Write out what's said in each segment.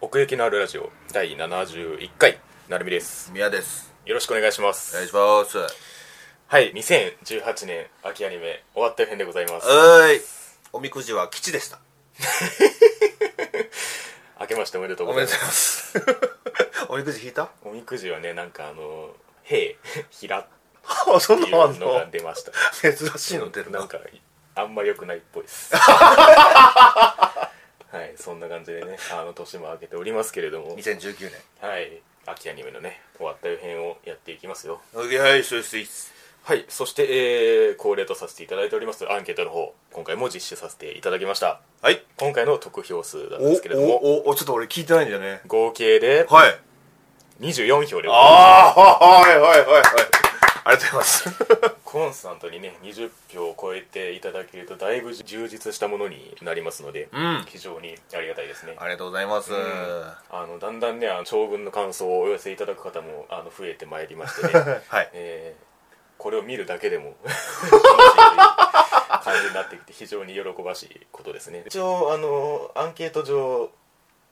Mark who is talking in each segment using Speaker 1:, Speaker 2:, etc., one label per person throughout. Speaker 1: 奥行きのあるラジオ第71回なるみです
Speaker 2: 宮です
Speaker 1: よろしくお願いしま
Speaker 2: お願い
Speaker 1: す
Speaker 2: しますは
Speaker 1: はい2018年秋アニメ終わった編でございます
Speaker 2: ーいおみくじは吉でした
Speaker 1: 明けましておめでとう
Speaker 2: お
Speaker 1: ご
Speaker 2: め
Speaker 1: ざい
Speaker 2: で
Speaker 1: ま
Speaker 2: とうござい
Speaker 1: す
Speaker 2: ます おみくじ引いた
Speaker 1: おみくじはねなんかあの「へい」「ひら」っ
Speaker 2: あそ
Speaker 1: ていうのが出ました
Speaker 2: 珍しいの出るな
Speaker 1: なんかあんま良くないっぽいです はいそんな感じでねあの年も明けておりますけれども
Speaker 2: 2019
Speaker 1: はい秋アニメのね終わった編をやっていきますよ
Speaker 2: 年はいそうです
Speaker 1: はいそして、えー恒例とさせていただいておりますアンケートの方今回も実施させていただきました
Speaker 2: はい
Speaker 1: 今回の得票数なん
Speaker 2: お
Speaker 1: ですけれども
Speaker 2: おおちょっと俺聞いてないんだよね
Speaker 1: 合計で
Speaker 2: はい
Speaker 1: 24票でございます
Speaker 2: ああはいはいはいはいありがとうございます
Speaker 1: コンスタントにね20票を超えていただけるとだいぶ充実したものになりますので、
Speaker 2: ん
Speaker 1: 非常にありがたいですね
Speaker 2: ありがとうございます、
Speaker 1: あのだんだんねあの長文の感想をお寄せいただく方もあの増えてまいりましてね
Speaker 2: はい
Speaker 1: えーこれを見るだけでも 楽しいという感じになってきて非常に喜ばしいことですね一応あのアンケート上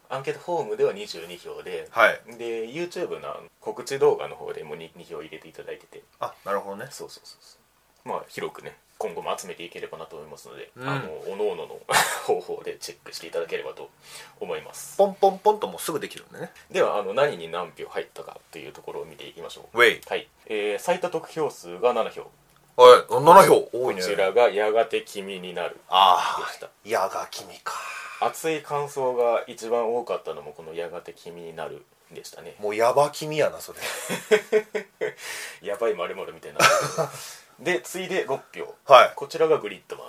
Speaker 1: アンケートフォームでは22票で、
Speaker 2: はい
Speaker 1: で YouTube のあの告知動画の方でも 2, 2票入れていただいてて
Speaker 2: あなるほどね
Speaker 1: そうそうそうそうまあ広くね今後も集めていければなと思いますので、
Speaker 2: うん
Speaker 1: あのおのの 方法でチェックしていただければと思います
Speaker 2: ポンポンポンともうすぐできるんでね
Speaker 1: ではあの何に何票入ったかというところを見ていきましょう
Speaker 2: ウェイ
Speaker 1: はい、えー、最多得票数が7票
Speaker 2: はい7票多
Speaker 1: こ
Speaker 2: いね
Speaker 1: ちらが「やがて君になる
Speaker 2: あ
Speaker 1: でした
Speaker 2: あ矢が君か」
Speaker 1: 熱い感想が一番多かったのもこの「やがて君になる」でしたね
Speaker 2: もうヤバ君やなそれ
Speaker 1: やばいまるみたいなで次いで6票
Speaker 2: はい
Speaker 1: こちらがグリッドマン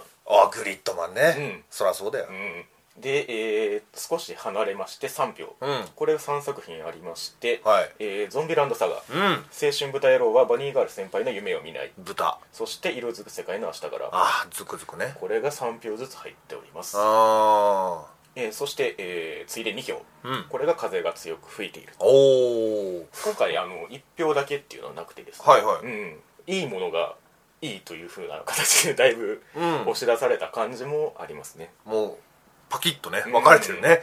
Speaker 2: あグリッドマンね、
Speaker 1: うん
Speaker 2: そりゃそうだよ、
Speaker 1: うんで、えー少し離れまして3票、
Speaker 2: うん
Speaker 1: これ3作品ありまして、
Speaker 2: はい
Speaker 1: えーゾンビランドサガ」
Speaker 2: うん
Speaker 1: 青春豚野郎はバニーガール先輩の夢を見ない」
Speaker 2: 豚
Speaker 1: そして「色づく世界の明日から」
Speaker 2: あズクズクね
Speaker 1: これが3票ずつ入っております、
Speaker 2: あ
Speaker 1: えーそして、えー次いで2票、
Speaker 2: あうん
Speaker 1: これが風が強く吹いている
Speaker 2: おお
Speaker 1: 今回あの1票だけっていうのはなくてですね
Speaker 2: はいはい
Speaker 1: うん、いいものがいいというふうな形でだいぶ
Speaker 2: うん
Speaker 1: 押し出された感じもありますね、
Speaker 2: もうパキッとね分かれてるね、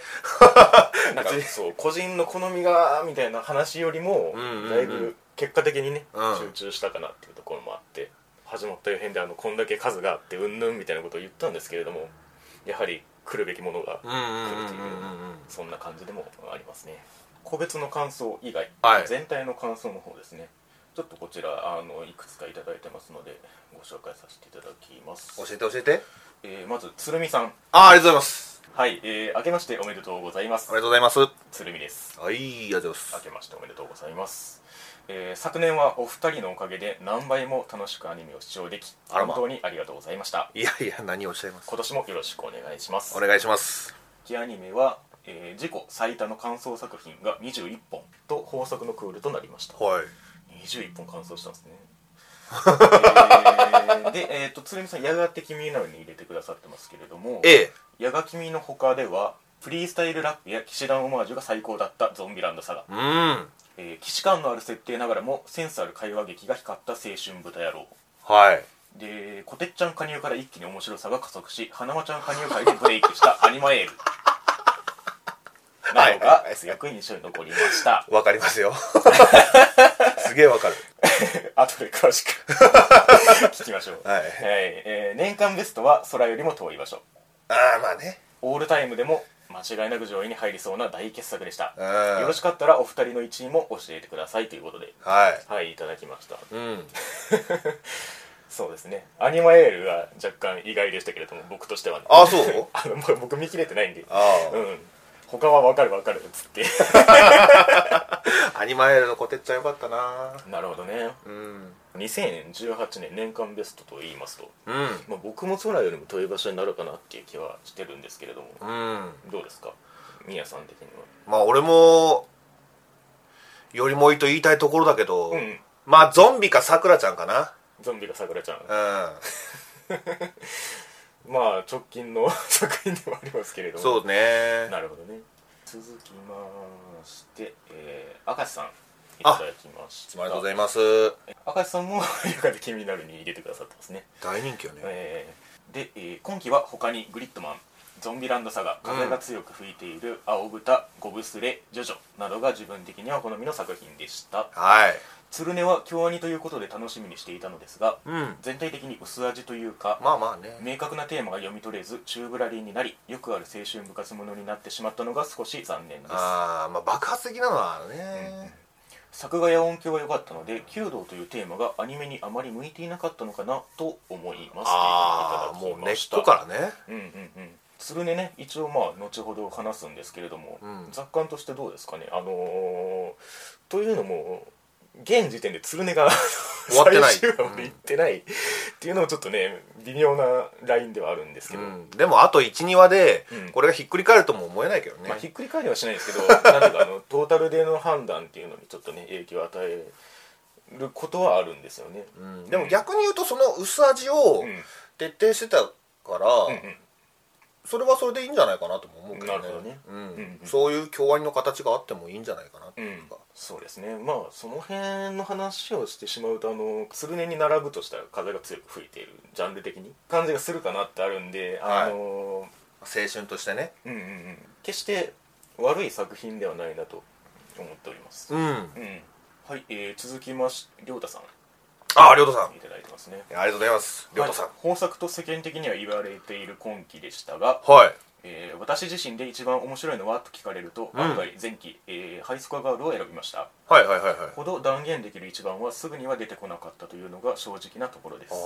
Speaker 1: なんかそう個人の好みがみたいな話よりも、
Speaker 2: うんうんうん
Speaker 1: だいぶ結果的にね、
Speaker 2: うん
Speaker 1: 集中したかなっていうところもあって始まった予編であのこんだけ数があってうんぬんみたいなことを言ったんですけれどもやはり来るべきものが
Speaker 2: うん、うんうんうん
Speaker 1: 来るっていう
Speaker 2: うん
Speaker 1: そんな感じでもありますね個別の感想以外、
Speaker 2: はい
Speaker 1: 全体の感想の方ですねちょっとこちらあのいくつかいただいてますのでご紹介させていただきます
Speaker 2: 教えて教えて
Speaker 1: えーまず鶴見さん
Speaker 2: ああありがとうございます
Speaker 1: はい、えー、明けましておめでとうございま
Speaker 2: あ
Speaker 1: す
Speaker 2: りがとうございますは
Speaker 1: 鶴見です
Speaker 2: いありがとうござ
Speaker 1: 明
Speaker 2: います
Speaker 1: けましておめでとうございます、えー昨年はお二人のおかげで何倍も楽しくアニメを視聴でき
Speaker 2: あらま
Speaker 1: 本当にありがとうございました
Speaker 2: いやいや何をおっしゃいます
Speaker 1: 今年もよろしくお願いします
Speaker 2: お願いします
Speaker 1: 秋アニメは、えー自己最多の感想作品が21本と豊作のクールとなりました
Speaker 2: はい
Speaker 1: 21本完走したんですねえーで、えー、と鶴見さん「やがて君なのに入れてくださってますけれども
Speaker 2: ええ
Speaker 1: 「やが君」の他ではフリースタイルラップや騎士団オマージュが最高だったゾンビランドサガ、
Speaker 2: うん
Speaker 1: えー、騎士感のある設定ながらもセンスある会話劇が光った青春豚野郎
Speaker 2: はい
Speaker 1: でこてっちゃん加入から一気に面白さが加速し花間ちゃん加入会でブレイクしたア ニマエールなどが役員に印象に残りました
Speaker 2: わかります よすげえわかる
Speaker 1: 後で詳しく 聞きましょう、
Speaker 2: はい
Speaker 1: えー年間ベストは空よりも遠い場所
Speaker 2: ああまあね
Speaker 1: オールタイムでも間違いなく上位に入りそうな大傑作でした
Speaker 2: うん
Speaker 1: よろしかったらお二人の1位も教えてくださいということで
Speaker 2: はい
Speaker 1: はいいただきました
Speaker 2: うん
Speaker 1: そうですねアニマエールは若干意外でしたけれども僕としてはね
Speaker 2: ああそう
Speaker 1: あのもう僕見切れてないんで
Speaker 2: ああ
Speaker 1: うん他は分かる分かるっつって
Speaker 2: アニマエルのコテッちゃんよかったな
Speaker 1: なるほどね
Speaker 2: うん
Speaker 1: 2018年年間ベストと言いますと、
Speaker 2: うん
Speaker 1: まあ、僕も空よりも遠い場所になるかなっていう気はしてるんですけれども
Speaker 2: うんま
Speaker 1: どうですかみやさん的には
Speaker 2: あ俺もよりもいいと言いたいところだけど、
Speaker 1: うん
Speaker 2: まあゾンビかさくらちゃんかな
Speaker 1: ゾンビがさくらちゃん
Speaker 2: う
Speaker 1: まあ直近の 作品でもありますけれど
Speaker 2: ん
Speaker 1: も
Speaker 2: そうね
Speaker 1: なるほどね続きまして、えー、明石さんい
Speaker 2: あ
Speaker 1: ただきまし
Speaker 2: つ
Speaker 1: た
Speaker 2: もありがとうございます
Speaker 1: 明石さんも 「ゆかで気になる」に入れてくださってますね、
Speaker 2: 大人気よね
Speaker 1: えーで、えー今期は他にグリッドマンゾンビランドサガ風が強く吹いている青豚ゴブスレジョジョなどが自分的にはお好みの作品でした
Speaker 2: はい
Speaker 1: 鶴音は京アニということで楽しみにしていたのですが
Speaker 2: うん
Speaker 1: 全体的に薄味というか、
Speaker 2: まあまあね
Speaker 1: 明確なテーマが読み取れず宙ぶらりんになりよくある青春部活ものになってしまったのが少し残念です
Speaker 2: あーまあ爆発的なのは
Speaker 1: うんうん
Speaker 2: ね
Speaker 1: 作画や音響は良かったので弓道というテーマがアニメにあまり向いていなかったのかなと思います
Speaker 2: ああ
Speaker 1: とい
Speaker 2: も
Speaker 1: う
Speaker 2: う
Speaker 1: ことで
Speaker 2: 根
Speaker 1: いただきま
Speaker 2: っ
Speaker 1: した
Speaker 2: こからね
Speaker 1: うんうんうん鶴音ね一応まあ後ほど話すんですけれども、
Speaker 2: うん
Speaker 1: 雑感としてどうですかねあのーというのも現時点で鶴音が
Speaker 2: 終わってない
Speaker 1: 最終話まで行ってない、っていうのもちょっとね微妙なラインではあるんですけ
Speaker 2: う
Speaker 1: ど、
Speaker 2: んでもあと12話で
Speaker 1: うん
Speaker 2: これがひっくり返るとも思えないけどね
Speaker 1: まあ、ひっくり返りはしないですけど なんていうかあのトータルでの判断っていうのにちょっとね影響を与えることはあるんですよね。
Speaker 2: うんでも逆に言うとその薄味を
Speaker 1: うんうん
Speaker 2: 徹底してたから
Speaker 1: うん
Speaker 2: それはそれでいいんじゃないかなとも思うけど
Speaker 1: な
Speaker 2: ね
Speaker 1: るほどね
Speaker 2: うん
Speaker 1: んうん
Speaker 2: そういう共演の形があってもいいんじゃないかなって
Speaker 1: う
Speaker 2: い
Speaker 1: ん
Speaker 2: うか、
Speaker 1: そうですねまあその辺の話をしてしまうとあの鶴音に並ぶとしたら風が強く吹いているジャンル的に感じがするかなってあるんであの、
Speaker 2: 青春としてね
Speaker 1: うんうんうん決して悪い作品ではないなと思っております、
Speaker 2: うん
Speaker 1: うんはい、えー続きまして亮太さん
Speaker 2: ありょうとさんあ
Speaker 1: いただいてますね
Speaker 2: りがとうございますりょうとさん
Speaker 1: はい本作と世間的には言われている今期でしたが、
Speaker 2: はい
Speaker 1: えー私自身で一番面白いのはと聞かれると、
Speaker 2: うん
Speaker 1: 今回前期、えーハイスコアガールを選びました
Speaker 2: はいはいはいはい
Speaker 1: ほど断言できる一番はすぐには出てこなかったというのが正直なところです
Speaker 2: あ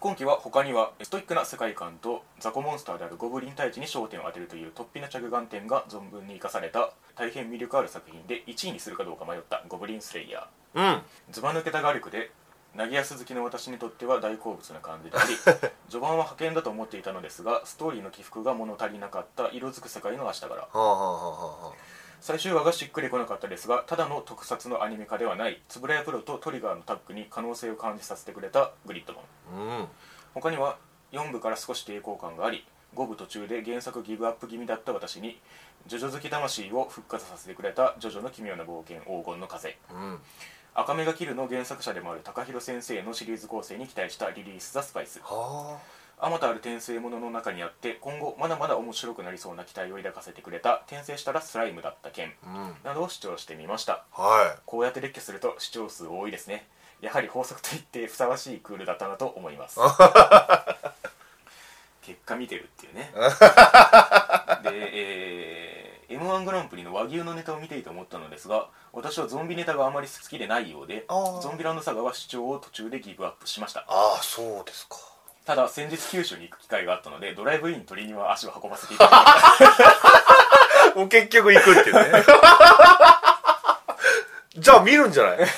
Speaker 1: 今期は他にはストイックな世界観とザコモンスターであるゴブリン退治に焦点を当てるという突飛な着眼点が存分に生かされた大変魅力ある作品で1位にするかどうか迷ったゴブリンスレイヤー
Speaker 2: ー
Speaker 1: ずば抜けた画力で投げやす好きの私にとっては大好物な感じであり序盤は派遣だと思っていたのですがストーリーの起伏が物足りなかった色づく世界の明日から
Speaker 2: うんはあはあはあは
Speaker 1: 最終話がしっくりこなかったですがただの特撮のアニメ化ではない円谷プロとトリガーのタッグに可能性を感じさせてくれたグリッドマン
Speaker 2: あうん
Speaker 1: 他には4部から少し抵抗感があり5部途中で原作ギブアップ気味だった私にジョジョ好き魂を復活させてくれた「ジョジョの奇妙な冒険黄金の風」
Speaker 2: うん
Speaker 1: 「赤目がキル」の原作者でもある高弘先生のシリーズ構成に期待したリリース・ザ・スパイス
Speaker 2: は
Speaker 1: あまたある転生ものの中にあって今後まだまだ面白くなりそうな期待を抱かせてくれた転生したらスライムだった件
Speaker 2: あうん
Speaker 1: などを主張してみました
Speaker 2: は
Speaker 1: こうやって列挙すると視聴数多いですねやはり法則と言ってふさわしいクールだったなと思います 結果見てるっていう ねで、え m 1グランプリの和牛のネタを見ていて思ったのですが私はゾンビネタがあまり好きでないようで
Speaker 2: あー
Speaker 1: ゾンビランドサガは主張を途中でギブアップしました
Speaker 2: ああそうですか
Speaker 1: ただ先日九州に行く機会があったのでドライブイン鳥には足を運ばせていただきました
Speaker 2: もう結局行くっていう ねじゃあ見るんじゃない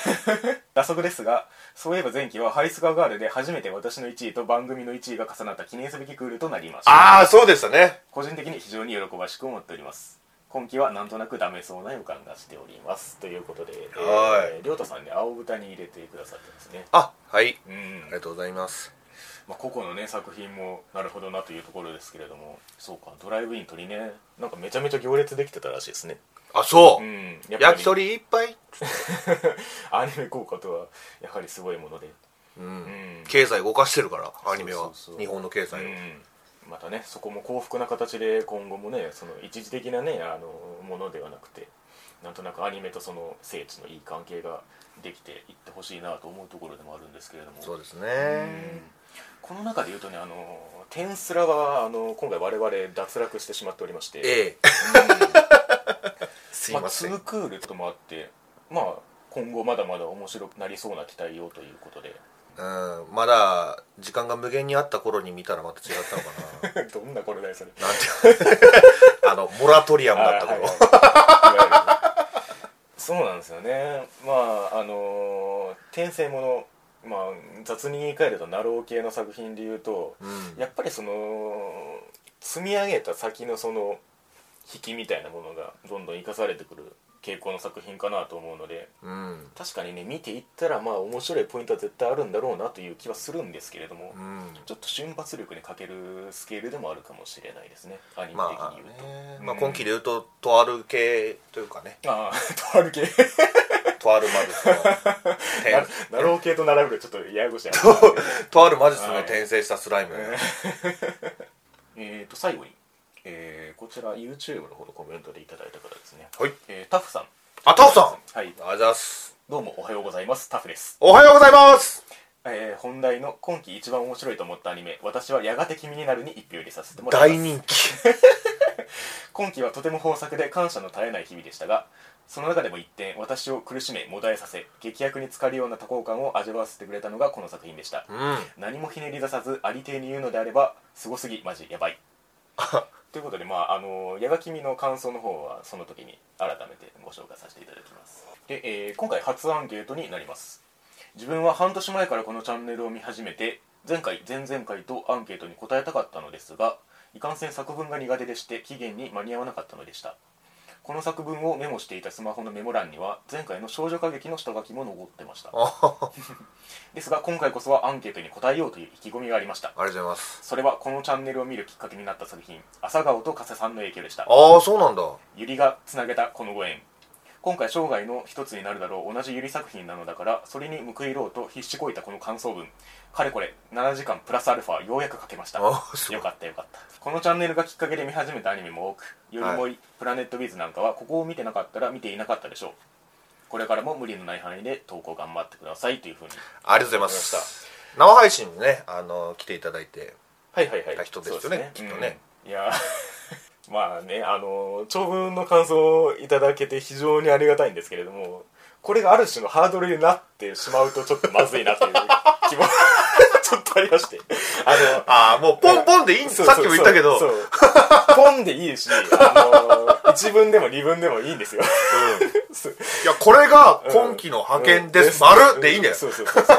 Speaker 1: 打足ですがそういえば前期はハイスカガールで初めて私の1位と番組の1位が重なった記念すべきクールとなりました
Speaker 2: ああそうでしたね
Speaker 1: 個人的に非常に喜ばしく思っております今期はなんとなくダメそうな予感がしておりますということで、
Speaker 2: は
Speaker 1: えー、亮太さんね青豚に入れてくださってますね
Speaker 2: あはい
Speaker 1: うん
Speaker 2: ありがとうございます
Speaker 1: まあ、個々のね作品もなるほどなというところですけれどもそうかドライブイン鳥ねなんかめちゃめちゃ行列できてたらしいですね
Speaker 2: あそうう、
Speaker 1: んやっぱり
Speaker 2: 焼き鳥一杯、
Speaker 1: アニメ効果とはやはりすごいもので
Speaker 2: う、
Speaker 1: うんん、
Speaker 2: 経済動かしてるからアニメは
Speaker 1: そうそうそう
Speaker 2: 日本の経済を、
Speaker 1: うん、またねそこも幸福な形で今後もねその一時的なねあのものではなくてなんとなくアニメとその聖地のいい関係ができていってほしいなと思うところでもあるんですけれども
Speaker 2: そうです
Speaker 1: うん
Speaker 2: ね
Speaker 1: この中で言うとねあのテンスラはあの今回我々脱落してしまっておりまして
Speaker 2: ええ
Speaker 1: う
Speaker 2: す
Speaker 1: ん
Speaker 2: い
Speaker 1: まあ、
Speaker 2: ま
Speaker 1: ツ
Speaker 2: せん、
Speaker 1: ークールともあってまあ今後まだまだ面白くなりそうな期待をということで
Speaker 2: うん、まだ時間が無限にあった頃に見たらまた違ったのかな
Speaker 1: どんなこれだよそれ
Speaker 2: な んて あのモラトリアムだった頃、
Speaker 1: はいはいそうなんですよねまああの転生ものまあ雑に言い換えるとナロー系の作品でいうと
Speaker 2: うん
Speaker 1: やっぱりその積み上げた先のその引きみたいなものがどんどん生かされてくる傾向の作品かなと思うので
Speaker 2: うん
Speaker 1: 確かにね見ていったらまあ面白いポイントは絶対あるんだろうなという気はするんですけれども、
Speaker 2: うん
Speaker 1: ちょっと瞬発力に欠けるスケールでもあるかもしれないですねアニメ
Speaker 2: まあ
Speaker 1: 的に言うと。
Speaker 2: ね
Speaker 1: うん
Speaker 2: まあ、今期で言うと、とある系というかね
Speaker 1: ああ、とある系
Speaker 2: とある魔 術の
Speaker 1: な
Speaker 2: 転
Speaker 1: ナロー系と並ぶとちょっとややこしい話なんで
Speaker 2: とある魔術の転生したスライム、
Speaker 1: えっと最後にえーこちら YouTube の方のコメントでいただいた方ですね、
Speaker 2: はい
Speaker 1: えータフさん
Speaker 2: あタフさん
Speaker 1: はい
Speaker 2: あざっす
Speaker 1: どうもおはようございますタフです、
Speaker 2: おはようございます
Speaker 1: えー本題の今季一番面白いと思ったアニメ私はやがて君になるに一票入れさせてもらいま
Speaker 2: 大
Speaker 1: す
Speaker 2: 人気
Speaker 1: 今期はとても豊作で感謝の絶えない日々でしたがその中でも一点私を苦しめもだえさせ劇薬に浸かるような多幸感を味わわせてくれたのがこの作品でした
Speaker 2: うん
Speaker 1: 何もひねり出さずありていに言うのであればすごすぎマジやばいということでまああの矢が君の感想の方はその時に改めてご紹介させていただきますで、えー今回初アンケートになります自分は半年前からこのチャンネルを見始めて前回前々回とアンケートに答えたかったのですがいかんせん作文が苦手でして期限に間に合わなかったのでしたこの作文をメモしていたスマホのメモ欄には前回の少女歌劇の下書きも残ってました
Speaker 2: あはは
Speaker 1: ですが今回こそはアンケートに答えようという意気込みがありました
Speaker 2: ありがとうございます
Speaker 1: それはこのチャンネルを見るきっかけになった作品朝顔と加瀬さんの影響でした
Speaker 2: ああそうなんだ
Speaker 1: ゆりがつなげたこのご縁今回生涯の一つになるだろう同じゆり作品なのだからそれに報いろうと必死こいたこの感想文かれこれ7時間プラスアルファようやく書けました
Speaker 2: あそう
Speaker 1: よかったよかったこのチャンネルがきっかけで見始めたアニメも多く「よりもい、プラネットビーズ」なんかはここを見てなかったら見ていなかったでしょうこれからも無理のない範囲で投稿頑張ってくださいというふうに
Speaker 2: ありがとうございます生配信にねあの来ていただいて
Speaker 1: はいはいはい
Speaker 2: た人ですよね
Speaker 1: そう
Speaker 2: きっとね、
Speaker 1: うんいや まあねあの長文の感想をいただけて非常にありがたいんですけれどもこれがある種のハードルになってしまうとちょっとまずいなという気も ちょっとありましてあの
Speaker 2: ああもうポンポンでいいんです
Speaker 1: そう
Speaker 2: さっきも言ったけど
Speaker 1: そうそうポンでいいしあの一文でも二文でもいいんですよ
Speaker 2: うん
Speaker 1: そう
Speaker 2: いやこれが今期の派遣です、
Speaker 1: うん
Speaker 2: 丸でいいんだよ、
Speaker 1: そうそうそうそう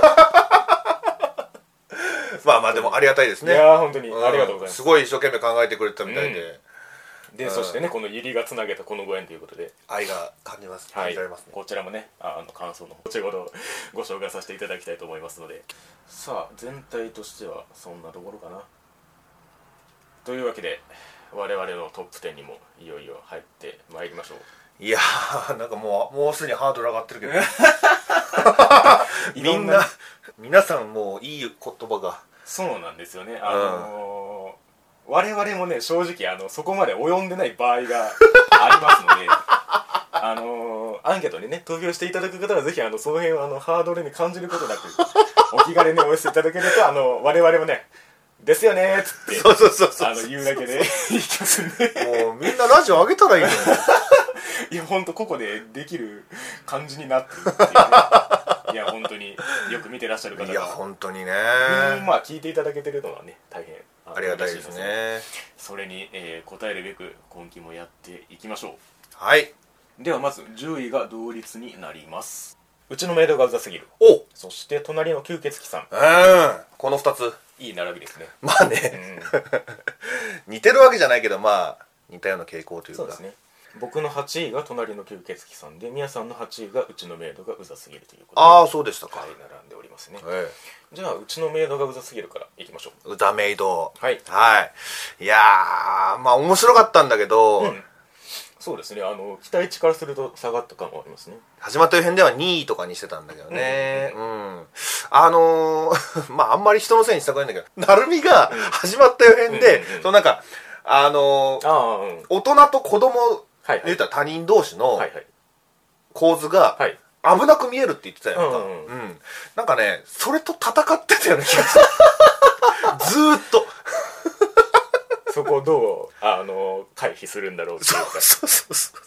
Speaker 2: まあまあでもありがたいです
Speaker 1: い
Speaker 2: ね
Speaker 1: やー本当に
Speaker 2: ん
Speaker 1: ありがとうございます
Speaker 2: すごい一生懸命考えてくれてたみたいで、
Speaker 1: うで、そしてねこの「ゆりがつなげたこのご縁」ということで
Speaker 2: 愛が感じます
Speaker 1: は
Speaker 2: 感
Speaker 1: い
Speaker 2: じられますね、
Speaker 1: こちらもねああの感想の後ほどご紹介させていただきたいと思いますのでさあ全体としてはそんなところかなというわけで我々のトップ10にもいよいよ入ってまいりましょう
Speaker 2: い、やーなんかもうもうすでにハードル上がってるけどみ
Speaker 1: いろ
Speaker 2: ん
Speaker 1: ん
Speaker 2: な
Speaker 1: な
Speaker 2: 皆さんもういい言葉が
Speaker 1: そうなんですよねあのー我々もね正直あのそこまで及んでない場合が ありますのであのーアンケートにね投票していただく方はぜひあのその辺をあのハードルに感じること なくお気軽にお寄せいただけるとあの我々もね「ですよね」っつって
Speaker 2: そうそうそうそ
Speaker 1: あ
Speaker 2: う
Speaker 1: の言うだけでいきますね
Speaker 2: もうみんなラジオ上げたらいいのよ
Speaker 1: いや本当ここでできる感じになってるっていうねいや本当によく見てらっしゃる方
Speaker 2: いや本当にね
Speaker 1: うんまあ聞いていただけてるのはね大変の
Speaker 2: ありがたいです
Speaker 1: 嬉しの
Speaker 2: ね
Speaker 1: それに、えー答えるべく今期もやっていきましょ
Speaker 2: はい。
Speaker 1: うではまず10位が同率になりますうちのメイドがうざすぎる
Speaker 2: おうん。
Speaker 1: そして隣の吸血鬼さ
Speaker 2: この二つ。
Speaker 1: んいい並びですね、
Speaker 2: まあね、
Speaker 1: う
Speaker 2: 似てるわけじゃないけど、まあ、似たような傾向と
Speaker 1: ん、
Speaker 2: いう
Speaker 1: そ
Speaker 2: か。
Speaker 1: うですね僕の8位が隣の吸血鬼さんで宮さんの8位がうちのメイドがうざすぎるということで
Speaker 2: ああ、そうでしたか。
Speaker 1: はい、並んでおりますね。
Speaker 2: え
Speaker 1: じゃあ、うちのメイドがうざすぎるから、いきましょう。
Speaker 2: え。歌メイド。
Speaker 1: はい
Speaker 2: はい。いやー、まあ面白かったんだけど、
Speaker 1: んそうですね、あの、期待値からすると下がった感はありますね。
Speaker 2: 始まった予編では2位とかにしてたんだけどね。うん。あのー、 まああんまり人のせいにしたくないんだけど、なるみが始まった予編で、
Speaker 1: うんうんうん
Speaker 2: そのなんか、あのー
Speaker 1: ああ、うん。
Speaker 2: 大人と子供、
Speaker 1: はいはい
Speaker 2: 言うたら他人同士の
Speaker 1: はいはい。
Speaker 2: 構図が、
Speaker 1: はい。
Speaker 2: 危なく見えるって言ってたやんか、
Speaker 1: う
Speaker 2: うんん
Speaker 1: うん
Speaker 2: なんかねそれと戦ってたような気が するずーっと
Speaker 1: そこをどう、あの、回避するんだろうっていうか。
Speaker 2: そうそうそう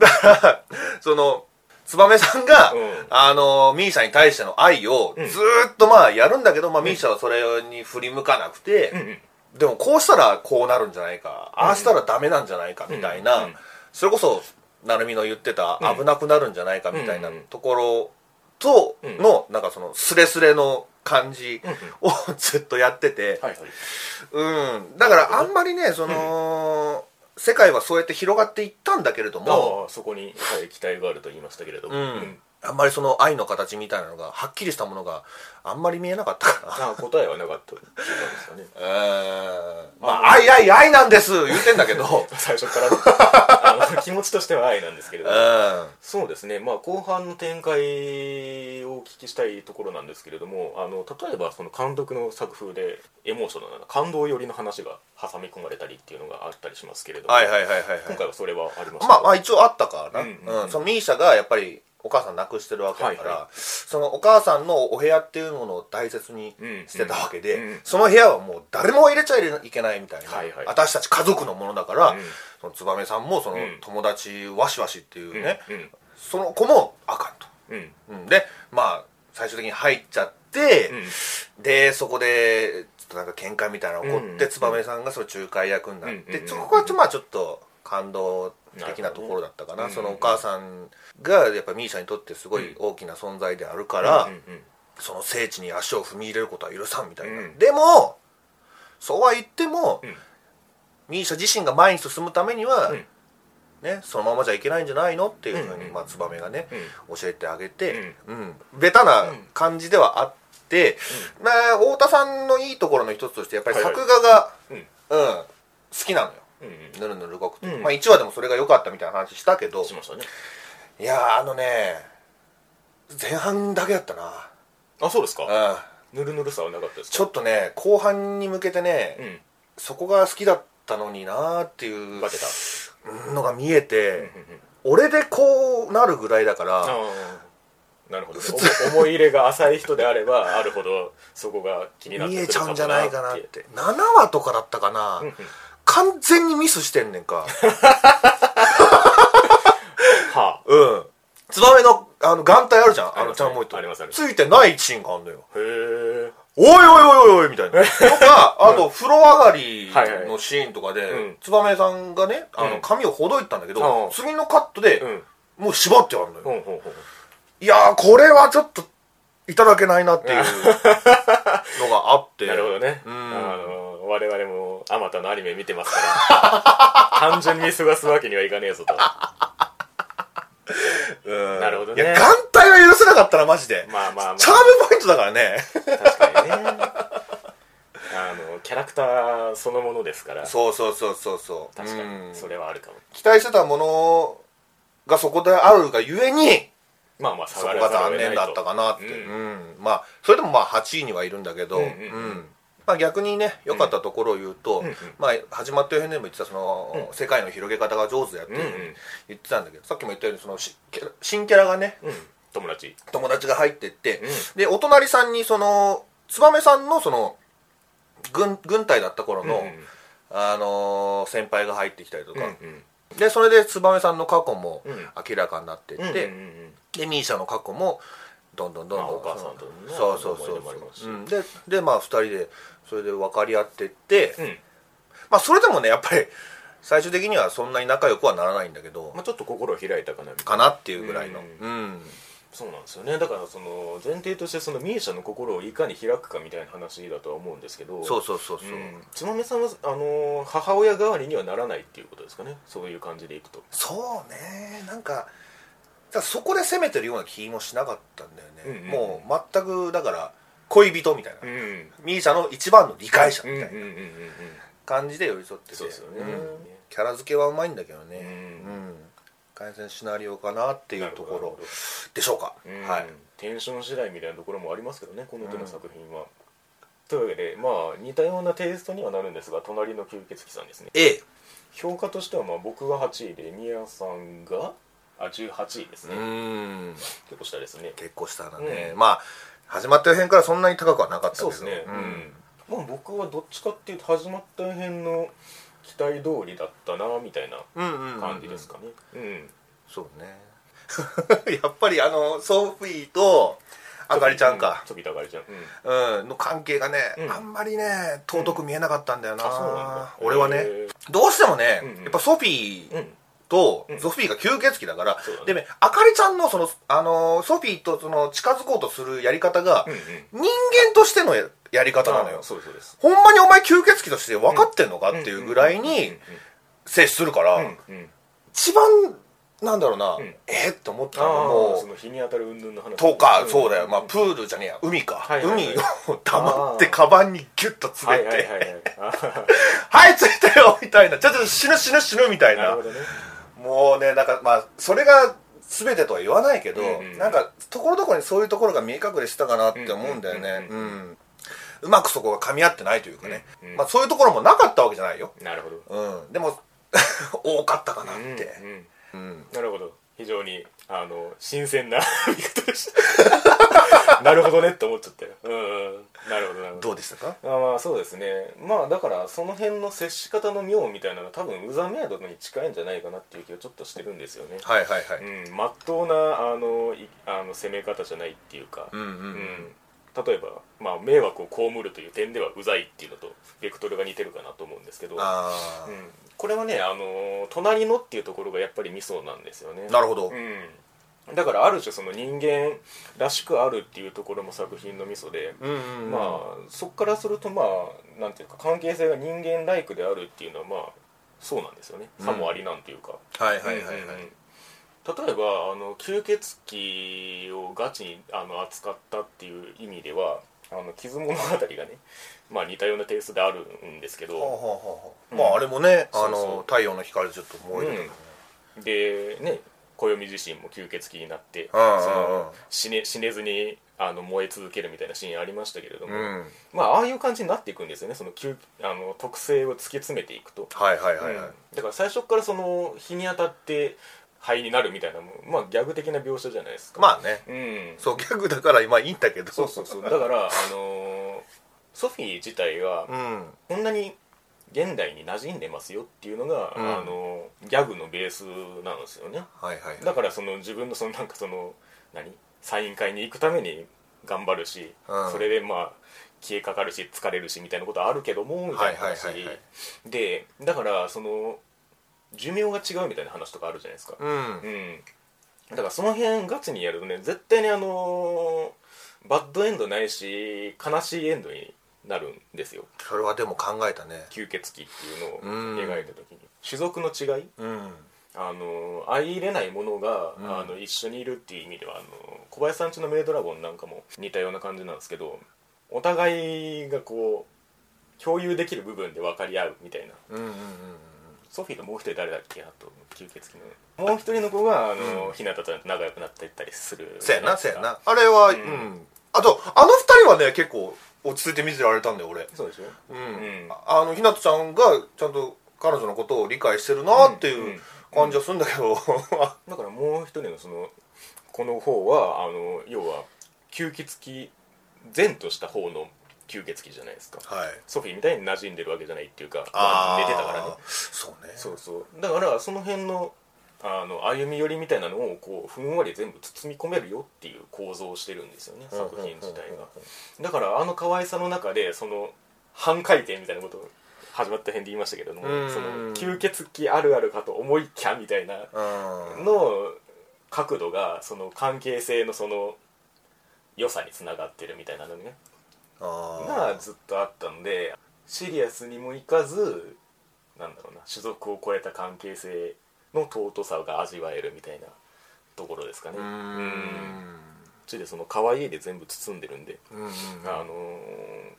Speaker 2: だからその燕さんが、
Speaker 1: うん
Speaker 2: あのミーシャに対しての愛をずーっとまあやるんだけど、まあミーシャはそれに振り向かなくて、
Speaker 1: うんうん。
Speaker 2: でもこうしたらこうなるんじゃないか、ああしたらダメなんじゃないかみたいな、
Speaker 1: うんうん
Speaker 2: それこそ成海の言ってた
Speaker 1: うん
Speaker 2: 危なくなるんじゃないかみたいな
Speaker 1: うんうん
Speaker 2: ところと
Speaker 1: うん
Speaker 2: の、なんかそのスレスレの感じ
Speaker 1: うんうん
Speaker 2: をずっとやってて、
Speaker 1: はいはい。
Speaker 2: うんだからあんまりねその、世界はそうやって広がっていったんだけれども
Speaker 1: ああ、そこに、はい、期待があると言いましたけれども。
Speaker 2: うんあんまりその愛の形みたいなのがはっきりしたものがあんまり見えなかったから
Speaker 1: あ答えはなかったです かね
Speaker 2: えーまあ愛愛愛なんです言ってんだけ ど
Speaker 1: 最初から あの気持ちとしては愛なんですけれ
Speaker 2: う
Speaker 1: ど
Speaker 2: ん
Speaker 1: もそうですね、まあ、後半の展開をお聞きしたいところなんですけれどもあの例えばその監督の作風でエモーショナルな感動寄りの話が挟み込まれたりっていうのがあったりしますけれども、
Speaker 2: はいはいはいはいはい
Speaker 1: 今回はそれはありました
Speaker 2: まあ、まあ一応あったからな、
Speaker 1: う
Speaker 2: うんん
Speaker 1: うんうん
Speaker 2: そのミーシャがやっぱりお母さん亡くしてるわけだから、
Speaker 1: はいは
Speaker 2: そのお母さんのお部屋っていうものを大切にしてたわけで、
Speaker 1: うんうんうん
Speaker 2: その部屋はもう誰も入れちゃいけないみたいな、
Speaker 1: はいはい
Speaker 2: 私たち家族のものだから、
Speaker 1: うん
Speaker 2: その燕さんもその
Speaker 1: うん
Speaker 2: 友達わしわしっていうね、
Speaker 1: うん
Speaker 2: その子もあかんと、
Speaker 1: うん
Speaker 2: うん、でまあ最終的に入っちゃって、
Speaker 1: うん
Speaker 2: でそこでちょっとなんか喧嘩みたいなの起こ
Speaker 1: うん
Speaker 2: っ
Speaker 1: う
Speaker 2: て
Speaker 1: ん
Speaker 2: 燕さんがその仲介役になっ
Speaker 1: うんうんう
Speaker 2: て
Speaker 1: ん
Speaker 2: そこがちょまあちょっと感動的なところだったかな
Speaker 1: なるほ
Speaker 2: そ
Speaker 1: どね
Speaker 2: のお母さんがやっぱミーシャにとってすごい大きな存在であるから、
Speaker 1: うんうん
Speaker 2: その聖地に足を踏み入れることは許さんみたいな、
Speaker 1: うん
Speaker 2: でもそうは言っても、
Speaker 1: うん
Speaker 2: ミーシャ自身が前に進むためには、
Speaker 1: うん
Speaker 2: ね、そのままじゃいけないんじゃないのっていうふうに、
Speaker 1: うん
Speaker 2: まあ、ツバメがね、教えてあげて、うんベタ
Speaker 1: う
Speaker 2: なん感じではあって、まあ、太田さんのいいところの一つとしてやっぱり
Speaker 1: はいはい
Speaker 2: 作画が、
Speaker 1: うん
Speaker 2: うん、好きなのよ
Speaker 1: うんうん
Speaker 2: ぬるぬる動くて、
Speaker 1: うん
Speaker 2: まあ、1話でもそれが良かったみたいな話したけど
Speaker 1: しましたね
Speaker 2: いやーあのね前半だけだったな、
Speaker 1: あそうですか
Speaker 2: うん、
Speaker 1: ぬるぬるさはなかったですか
Speaker 2: ちょっとね後半に向けてね、
Speaker 1: うん
Speaker 2: そこが好きだったのになーっていう
Speaker 1: バテた
Speaker 2: のが見えて、
Speaker 1: うんうん
Speaker 2: 俺でこうなるぐらいだから、
Speaker 1: あーなるほど、ね、お思い入れが浅い人であればあるほどそこが気になって
Speaker 2: 見
Speaker 1: く
Speaker 2: え
Speaker 1: る
Speaker 2: ち
Speaker 1: か
Speaker 2: ゃ
Speaker 1: も
Speaker 2: う
Speaker 1: なっ
Speaker 2: ん
Speaker 1: て
Speaker 2: じゃないかなって7話とかだったかな、完全にミスしてんねんか
Speaker 1: は
Speaker 2: うんツバメのあの眼帯あるじゃんあ
Speaker 1: あり
Speaker 2: の
Speaker 1: ます
Speaker 2: ちゃんもいと
Speaker 1: ありますありま
Speaker 2: ついてないシーンがあんのよ
Speaker 1: あへえ
Speaker 2: おいおいおいおいみた いな。とか、あと、風呂上がり
Speaker 1: はいはい
Speaker 2: のシーンとか
Speaker 1: うん
Speaker 2: で、つばめさんがね、あ
Speaker 1: うん
Speaker 2: の、髪をほどいてたんだけ
Speaker 1: う
Speaker 2: ど
Speaker 1: ん、
Speaker 2: 次のカットで
Speaker 1: う、ん
Speaker 2: もう縛ってあるのよ。
Speaker 1: ほんほんほん
Speaker 2: いやー、これはちょっと、いただけないなっていうのがあって。
Speaker 1: なるほどね、
Speaker 2: うん
Speaker 1: あの我々もあまたのアニメ見てますから 単純に過ごすわけにはいかねえぞと
Speaker 2: うん
Speaker 1: なるほどね
Speaker 2: いや、眼帯は許せなかったな、マジで。
Speaker 1: まあまあまあ
Speaker 2: チャームポイントだからね。
Speaker 1: 確かにねあのキャラクターそのものですから
Speaker 2: そうそうそうそうそう。
Speaker 1: 確か
Speaker 2: う
Speaker 1: に
Speaker 2: ん
Speaker 1: それはあるかも
Speaker 2: 期待してたものがそこであるがゆえに、
Speaker 1: まあまあ下
Speaker 2: そこ
Speaker 1: がら
Speaker 2: が
Speaker 1: ざるを
Speaker 2: 残
Speaker 1: 得な
Speaker 2: 念
Speaker 1: い
Speaker 2: だった
Speaker 1: と
Speaker 2: かなって、
Speaker 1: う
Speaker 2: うんんまあそれでもまあ8位にはいるんだけど、
Speaker 1: う
Speaker 2: うんん
Speaker 1: うんうん
Speaker 2: まあ、逆にね良かったところを言うと、
Speaker 1: うんうん
Speaker 2: まあ、始まったようにも言ってたその、世界の広げ方が上手やっていうふうに
Speaker 1: うんうん
Speaker 2: 言ってたんだけど、さっきも言ったようにそのしキャラ新キャラがね
Speaker 1: うん友達
Speaker 2: 友達が入ってって、
Speaker 1: う
Speaker 2: でお隣さんにその燕さんのその軍軍隊だった頃の、
Speaker 1: うん
Speaker 2: あのー先輩が入ってきたりとか、
Speaker 1: うん
Speaker 2: でそれで燕さんの過去も
Speaker 1: うん
Speaker 2: 明らかになってって、
Speaker 1: うんうんうん
Speaker 2: でミーシャの過去もどんどんどんどん、
Speaker 1: まあお母さんとのね
Speaker 2: そうそうそ
Speaker 1: 思い
Speaker 2: う
Speaker 1: 出もありますし
Speaker 2: そう、うん、ででまあ2人でそれで分かり合ってって、
Speaker 1: うんうん
Speaker 2: まあそれでもねやっぱり最終的にはそんなに仲良くはならないんだけど、
Speaker 1: まあ、ちょっと心を開いたかなみたいな
Speaker 2: かなっていうぐらいの
Speaker 1: う
Speaker 2: うん、
Speaker 1: そうなんですよねだからその前提としてそのミーシャの心をいかに開くかみたいな話だとは思うんですけど
Speaker 2: そうそうそうそう、
Speaker 1: うんつまめさんはあのー母親代わりにはならないっていうことですかねそういう感じでいくと
Speaker 2: そうねなんかだからそこで攻めてるような気もしなかったんだよね、
Speaker 1: うんうんうん
Speaker 2: もう全くだから恋人みたいな、
Speaker 1: ん
Speaker 2: ミーシャの一番の理解者
Speaker 1: うんうん
Speaker 2: み
Speaker 1: うん
Speaker 2: た
Speaker 1: うん
Speaker 2: いな
Speaker 1: うん
Speaker 2: 感じで寄り添ってて
Speaker 1: そうですよね
Speaker 2: うんキャラ付けはうまいんだけどね、
Speaker 1: う
Speaker 2: うん完全シナリオかなっていうとこ
Speaker 1: なるほどなる
Speaker 2: ろ
Speaker 1: ほど
Speaker 2: でしょうか、
Speaker 1: うん
Speaker 2: はい
Speaker 1: テンション次第みたいなところもありますけどねこの手の作品は、というわけでまあ似たようなテイストにはなるんですが隣の吸血鬼さんですね
Speaker 2: A
Speaker 1: 評価としてはまあ僕が8位で宮さんがあ18位です
Speaker 2: う
Speaker 1: ね、
Speaker 2: ん
Speaker 1: 結構下ですね
Speaker 2: 結構したらね、
Speaker 1: うん
Speaker 2: まあ始まった辺からそんなに高くはなかったけ
Speaker 1: そう
Speaker 2: ど
Speaker 1: ですね、
Speaker 2: う
Speaker 1: うんんまあ、僕はどっちかっていうと始まった辺の期待通りだったなみたいな
Speaker 2: うんうんうんうん
Speaker 1: 感じですかねうん、
Speaker 2: そうね やっぱりあのソフィーとあかりちゃんか
Speaker 1: ちょびたあかりちゃん、うん
Speaker 2: うん、の関係がね、
Speaker 1: うん
Speaker 2: あんまりね尊く見えなかったんだよな,、
Speaker 1: あそうなんだ
Speaker 2: 俺はね
Speaker 1: へ
Speaker 2: どうしてもね、
Speaker 1: うんうん
Speaker 2: やっぱソフィー、
Speaker 1: うん
Speaker 2: と、
Speaker 1: うん
Speaker 2: ソフィーが吸血鬼だから、
Speaker 1: そうだね
Speaker 2: でね、あかりちゃんのその、あのーソフィーとその近づこうとするやり方が、
Speaker 1: うんうん
Speaker 2: 人間としてのややり方なのよ
Speaker 1: あ。そうですそうです
Speaker 2: ほんまにお前吸血鬼として分かってんのかっていうぐらいに
Speaker 1: ん
Speaker 2: 接するから、
Speaker 1: うんうん
Speaker 2: 一番なんだろうな、
Speaker 1: うん
Speaker 2: えっと思った
Speaker 1: あ
Speaker 2: の
Speaker 1: あ
Speaker 2: が
Speaker 1: もう
Speaker 2: も
Speaker 1: その日に当たる云々の話
Speaker 2: うとか、
Speaker 1: ん
Speaker 2: そうだよまあプールじゃねえや海か、
Speaker 1: はいはいはい
Speaker 2: 海を黙ってカバンにギュッと
Speaker 1: は
Speaker 2: 詰
Speaker 1: い
Speaker 2: めて「
Speaker 1: は
Speaker 2: はいい
Speaker 1: はいはいあ
Speaker 2: 着いたよ」みたいな「ちょっと死ぬ死ぬ死ぬ」みたい
Speaker 1: ーなる
Speaker 2: な
Speaker 1: ほどね
Speaker 2: もうねなんかまあそれが全てとは言わないけど、
Speaker 1: うんうん
Speaker 2: なんかところどころにそういうところが見え隠れしたかなって思うんだよね
Speaker 1: う
Speaker 2: うんんうまくそこが噛み合ってないというかね、
Speaker 1: うんうん
Speaker 2: まあ、そういうところもなかったわけじゃないよ、
Speaker 1: なるほど
Speaker 2: うん、でも多かったか なって、
Speaker 1: うんうん
Speaker 2: うん
Speaker 1: なるほど非常にあの新鮮な 見方でした なるほどねって思っちゃったようんうんなるほどなるほど
Speaker 2: どうでしたか
Speaker 1: あまあそうですねまあだからその辺の接し方の妙みたいなのが多分ウザメアドに近いんじゃないかなっていう気をちょっとしてるんですよね
Speaker 2: はいはいはい、
Speaker 1: うんまっとうなあのいあの攻め方じゃないっていうか、
Speaker 2: うんうんうん
Speaker 1: うん例えば、まあ、迷惑を被るという点ではうざいっていうのとベクトルが似てるかなと思うんですけど、うん、
Speaker 2: ああ、
Speaker 1: これはね、あの隣のっていうところがやっぱりミソなんですよね
Speaker 2: なるほど、
Speaker 1: うん、だからある種その人間らしくあるっていうところも作品のミソで、
Speaker 2: うんうんうん
Speaker 1: まあそこからするとまあなんていうか関係性が人間ライクであるっていうのはまあそうなんですよねさもありなんていうか、
Speaker 2: はいはいはい
Speaker 1: うん
Speaker 2: は
Speaker 1: うんう
Speaker 2: い
Speaker 1: ん例えばあの吸血鬼をガチにあの扱ったっていう意味では「あの傷物語」がね、まあ、似たようなテイストであるんですけ
Speaker 2: ほう
Speaker 1: ど
Speaker 2: ほうほうほ
Speaker 1: う
Speaker 2: う
Speaker 1: ん
Speaker 2: まああれもね、
Speaker 1: そう
Speaker 2: あ
Speaker 1: そう
Speaker 2: の太陽の光でちょっと燃えてた
Speaker 1: でね暦自身も吸血鬼になってそ
Speaker 2: うんうんうん
Speaker 1: の死ね死ねずにあの燃え続けるみたいなシーンありましたけれども、
Speaker 2: うん、うん、
Speaker 1: まあああいう感じになっていくんですよねその吸あの特性を突き詰めていくと。
Speaker 2: はいはいはいはい、
Speaker 1: うんだから最初からその日に当たって灰になるみたいなもんまあギャグ的な描写じゃないですか
Speaker 2: まあね
Speaker 1: うん
Speaker 2: そうギャグだから今いいんだけど
Speaker 1: そうそうそうだからあのーソフィー自体が
Speaker 2: うん
Speaker 1: こんなに現代に馴染んでますよっていうのが、
Speaker 2: うん
Speaker 1: あのーギャグのベースなんですよね
Speaker 2: はいはい
Speaker 1: だからその自分のそのなんかその何サイン会に行くために頑張るし、
Speaker 2: うん
Speaker 1: それでまあ消えかかるし疲れるしみたいなことあるけどもみたいな話、
Speaker 2: はいはいはいはい
Speaker 1: でだからその寿命が違うみたいな話とかあるじゃないですか、
Speaker 2: うん
Speaker 1: うん、だからその辺ガチにやるとね絶対にあのーバッドエンドないし悲しいエンドになるんですよ
Speaker 2: それはでも考えたね
Speaker 1: 吸血鬼っていう
Speaker 2: うん
Speaker 1: のを描いた時に種族の違い
Speaker 2: うん
Speaker 1: あのー相入れないものが、
Speaker 2: ん
Speaker 1: あの一緒にいるっていう意味ではあのー小林さんちのメイドラゴンなんかも似たような感じなんですけどお互いがこう共有できる部分で分かり合うみたいな
Speaker 2: うんうんうん
Speaker 1: ソフィーともう一人誰だっけあと吸血鬼のもう一人の子があの、ひなたちゃんと仲良くなっていったりする
Speaker 2: せやな
Speaker 1: じ
Speaker 2: せ
Speaker 1: ゃ
Speaker 2: や
Speaker 1: いですか
Speaker 2: なあれはうんんあとあの二人はね結構落ち着いて見てられたんだよ俺
Speaker 1: そうでしょ
Speaker 2: うん
Speaker 1: ん
Speaker 2: ああのひなとちゃんがちゃんと彼女のことを理解してるなって
Speaker 1: うんう
Speaker 2: い
Speaker 1: ん
Speaker 2: う感じ はするんだけど
Speaker 1: だからもう一人のそのこの方はあの要は吸血鬼善とした方の吸血鬼じゃないですか
Speaker 2: はい
Speaker 1: ソフィーみたいに馴染んでるわけじゃないっていうか
Speaker 2: あ
Speaker 1: ま
Speaker 2: ー
Speaker 1: 寝てたからね
Speaker 2: そうね
Speaker 1: そうそうだからその辺のあの歩み寄りみたいなのをこうふんわり全部包み込めるよっていう構造をしてるんですよね作品自体がだからあの可愛さの中でその半回転みたいなことを始まった辺で言いましたけれども
Speaker 2: うん
Speaker 1: その吸血鬼あるあるかと思いきやみたいな
Speaker 2: うん
Speaker 1: の角度がその関係性のその良さにつながってるみたいなのねが
Speaker 2: あ
Speaker 1: ずっとあったのでシリアスにもいかずなんだろうな種族を超えた関係性の尊さが味わえるみたいなところですかね
Speaker 2: ーう
Speaker 1: うんこっちでその可愛いで全部包んでるんで、
Speaker 2: うんうん
Speaker 1: あのー